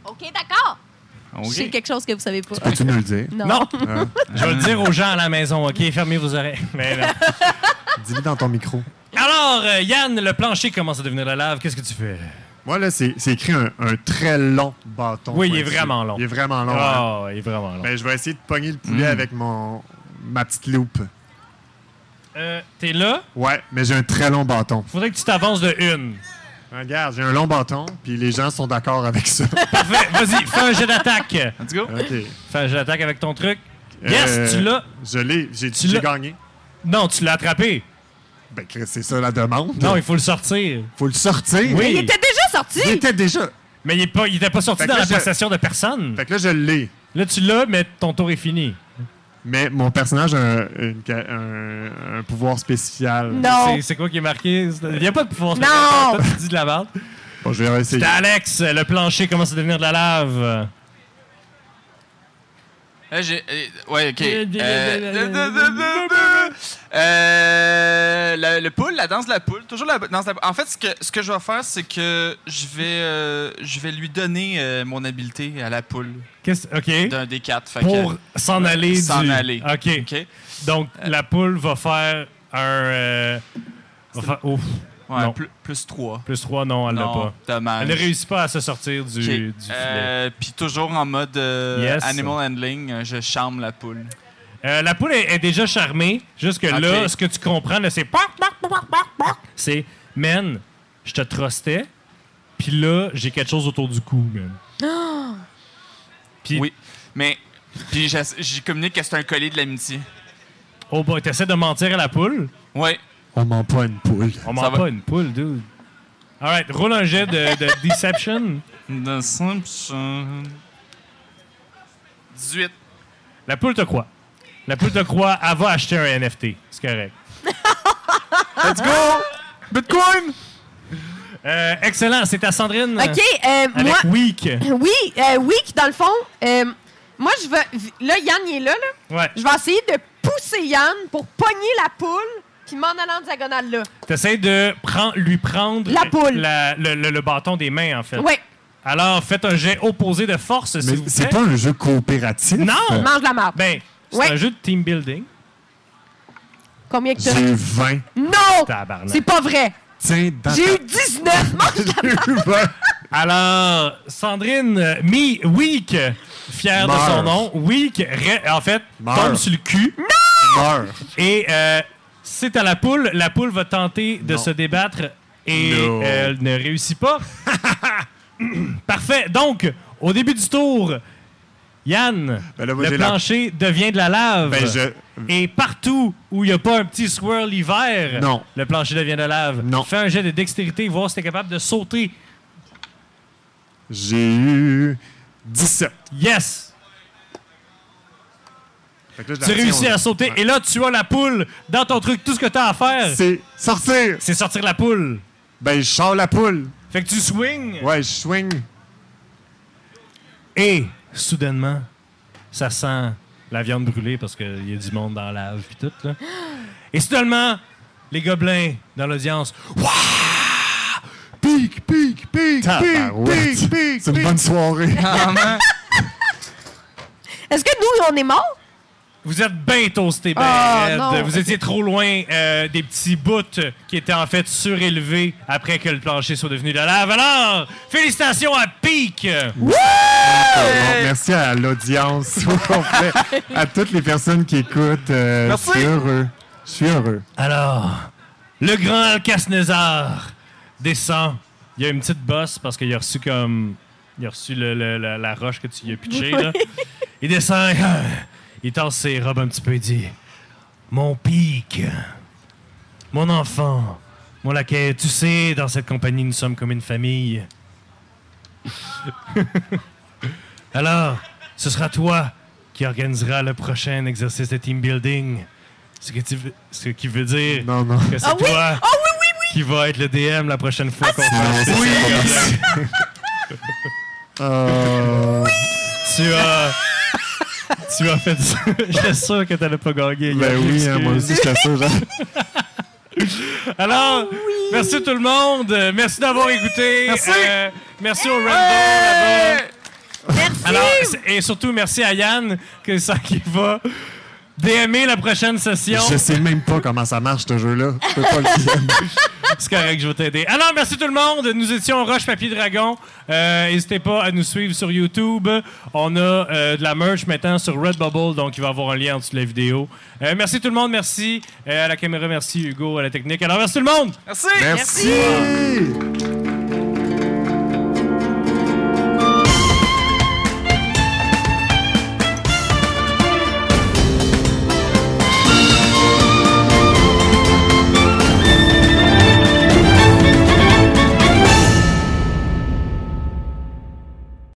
B: OK, d'accord.
C: OK.
B: J'ai quelque chose que vous savez pas.
D: Peux-tu nous le dire?
B: Non.
A: Non!
D: Ah,
A: Je vais le dire aux gens à la maison, OK? Fermez vos oreilles. Mais non.
D: Dis-le dans ton micro.
A: Alors, euh, Yann, le plancher commence à devenir de la lave. Qu'est-ce que tu fais?
D: Moi, là, c'est c'est écrit un, un très long bâton.
A: Oui, il est
D: pointu.
A: vraiment long.
D: Il est vraiment long. hein.
A: Oh, il est vraiment long.
D: Ben, je vais essayer de pogner le poulet
A: Hmm.
D: avec mon ma petite loupe.
A: Euh, T'es là?
D: Ouais, mais j'ai un très long bâton.
A: Faudrait que tu t'avances de une.
D: Regarde, j'ai un long bâton, puis les gens sont d'accord avec ça.
A: Parfait. Vas-y, fais un jet d'attaque.
C: Let's go.
D: OK.
A: Fais un jet d'attaque avec ton truc. Yes,
D: Euh,
A: tu l'as.
D: Je l'ai. J'ai
A: Tu
D: j'ai
A: l'as.
D: gagné.
A: Non, tu l'as attrapé.
D: Ben, Chris, c'est ça la demande.
A: Non, il faut le sortir.
D: Faut le sortir.
A: Oui.
B: Mais il était déjà sorti!
D: Il était déjà.
A: Mais il est pas, il était pas sorti
D: Fait que
A: dans
D: là,
A: la
D: je-
A: possession de personne.
D: Fait que là, je l'ai.
A: Là, tu l'as, mais ton tour est fini.
D: Mais mon personnage a un, une ca- un- un pouvoir spécial.
B: Non!
A: C'est- C'est quoi qui est marqué? Il n'y a pas de pouvoir.
B: Non.
A: spécial. Toi, tu dis de la merde.
D: Bon, je vais essayer.
A: T'as Alex, le plancher commence à devenir de la lave.
C: Là, j'ai. euh, Ouais, ok. Euh, euh, la- le poule, la danse de la poule. Toujours la danse de la poule. En fait, ce que, ce que je vais faire, c'est que je vais, euh, je vais lui donner euh, mon habileté à la poule
A: Qu'est-ce- OK.
C: d'un des quatre. Fait que-
A: Pour s'en aller.
C: S'en
A: du-
C: aller.
A: OK.
C: Ok.
A: Donc, la poule va faire un. euh, va faire- ouf,
C: Ouais,
A: Non.
C: plus, plus 3.
A: plus 3, non, elle l'a
C: non,
A: pas.
C: dommage.
A: Elle ne réussit pas à se sortir du,
C: Ok.
A: du filet. Euh...
C: Euh, Puis toujours en mode euh,
A: Yes.
C: animal handling, euh, je charme la poule.
A: Euh, la poule est, est déjà charmée. Jusque-là,
C: Ok.
A: ce que tu comprends, là, c'est. poc, poc, poc, poc, poc, poc. C'est, man, je te trustais, puis là, j'ai quelque chose autour du cou, man. Puis,
C: Oui. Mais. Puis j'ess- j'y communique que c'est un collier de l'amitié.
A: oh boy, t'essaies de mentir à la poule.
C: Ouais.
D: On ment pas une poule.
A: On
C: Ça
A: ment
C: va.
A: pas une poule, dude. Alright, roule un jet de, de deception.
C: The Simpsons. 18.
A: La poule te croit. La poule te croit, elle va acheter un NFT. C'est correct.
D: Let's go! Bitcoin!
A: Euh, excellent, c'est à Sandrine.
B: OK, euh, moi,
A: Avec Week.
B: oui, euh, oui, dans le fond, euh, moi, je vais. Là, Yann, il est là, là.
A: Ouais.
B: Je vais essayer de pousser Yann pour pogner la poule, puis m'en aller en diagonale, là.
A: T'essayes de prendre, lui prendre
B: La poule.
A: la- le, le- le bâton des mains, en fait.
B: Ouais,
A: Alors, faites un jet opposé de force, s'il vous
D: Mais c'est
A: plaît.
D: pas un jeu coopératif.
A: Non!
B: mange la marde.
A: Ben, c'est
B: Ouais.
A: un jeu de team building.
B: Combien que t'as?
D: J'ai 20.
B: Non!
A: Tabarnak.
B: C'est pas vrai!
D: Tiens, dans
B: J'ai eu 19! Mange
D: J'ai eu 20.
A: Alors, Sandrine, euh, Mi, Week, fière de
D: Meurs.
A: son nom, Week, re- en fait,
D: Meurs.
A: tombe sur le cul.
D: Meurs.
A: Et euh, c'est à la poule. La poule va tenter de
D: Non.
A: se débattre et euh,
D: Non.
A: elle ne réussit pas. Parfait. Donc, au début du tour, Yann,
D: Ben là, moi,
A: le
D: j'ai la-
A: plancher devient de la lave.
D: Ben, je-
A: Et partout où il n'y a pas un petit swirl hiver,
D: Non.
A: le plancher devient de la lave.
D: Non.
A: Fais un jet de dextérité, voir si t'es capable de sauter.
D: J'ai eu 17.
A: Yes!
D: Fait que là, je la
A: Tu
D: retiens,
A: réussis
D: on-
A: à sauter.
D: Ouais.
A: Et là, tu as la poule dans ton truc. Tout ce que t'as à faire,
D: C'est sortir.
A: c'est sortir la poule.
D: Ben, je sors la poule.
A: Fait que tu swings.
D: Ouais, je swing.
A: Et soudainement, ça sent la viande brûlée parce qu'il y a du monde dans la lave puis tout. Là. Et soudainement, les gobelins dans l'audience, Wouah! Puis
D: pic,
A: Tabarouette.
D: pic, pic, C'est une bonne soirée.
C: Clairement.
B: Est-ce que nous, on est morts?
A: Vous êtes bien toasté, ben
B: Ah,
A: raide.
B: non.
A: Vous étiez trop loin euh, des petits bouts qui étaient en fait surélevés après que le plancher soit devenu de la lave. Alors, félicitations à Pic!
D: Bon, merci à l'audience au complet, à toutes les personnes qui écoutent. euh,
C: Merci.
D: Je suis heureux. Je suis heureux.
A: Alors, le grand Alcasnezar descend. Il y a une petite bosse parce qu'il a reçu comme. Il a reçu le- le- la, la roche que tu lui as pitchée. là. Il descend, euh, il tasse ses robes un petit peu et dit Mon pic, mon enfant, mon laquais, tu sais, dans cette compagnie, nous sommes comme une famille. Alors, ce sera toi qui organisera le prochain exercice de team building. Ce, que tu veux- ce qui veut dire
D: Non, non.
A: que c'est
B: Ah oui!
A: toi
B: Ah oui, oui, oui!
A: qui va être le DM la prochaine fois qu'on fait ça.
D: Euh,
A: Tu as. tu as fait ça. J'étais sûr que t'allais pas gagner.
D: ben oui, hein, moi aussi, je t'assure. genre.
B: Ah
A: Alors, merci tout le monde. Euh, Merci d'avoir écouté. Merci. merci au Random là-bas.
B: Merci!
A: Alors, c'est- et surtout, merci à Yann que ça qui va DMer la prochaine session.
D: Je sais même pas comment ça marche, ce jeu-là. Je peux pas le dire.
A: C'est correct, je vais t'aider. Alors, merci tout le monde. Nous étions Roche Papier Dragon. Euh, N'hésitez pas à nous suivre sur YouTube. On a euh, de la merch maintenant sur Redbubble, donc il va y avoir un lien en dessous de la vidéo. Euh, merci tout le monde. Merci Euh, à la caméra. Merci Hugo, à la technique. Alors, merci tout le monde.
C: Merci.
D: Merci.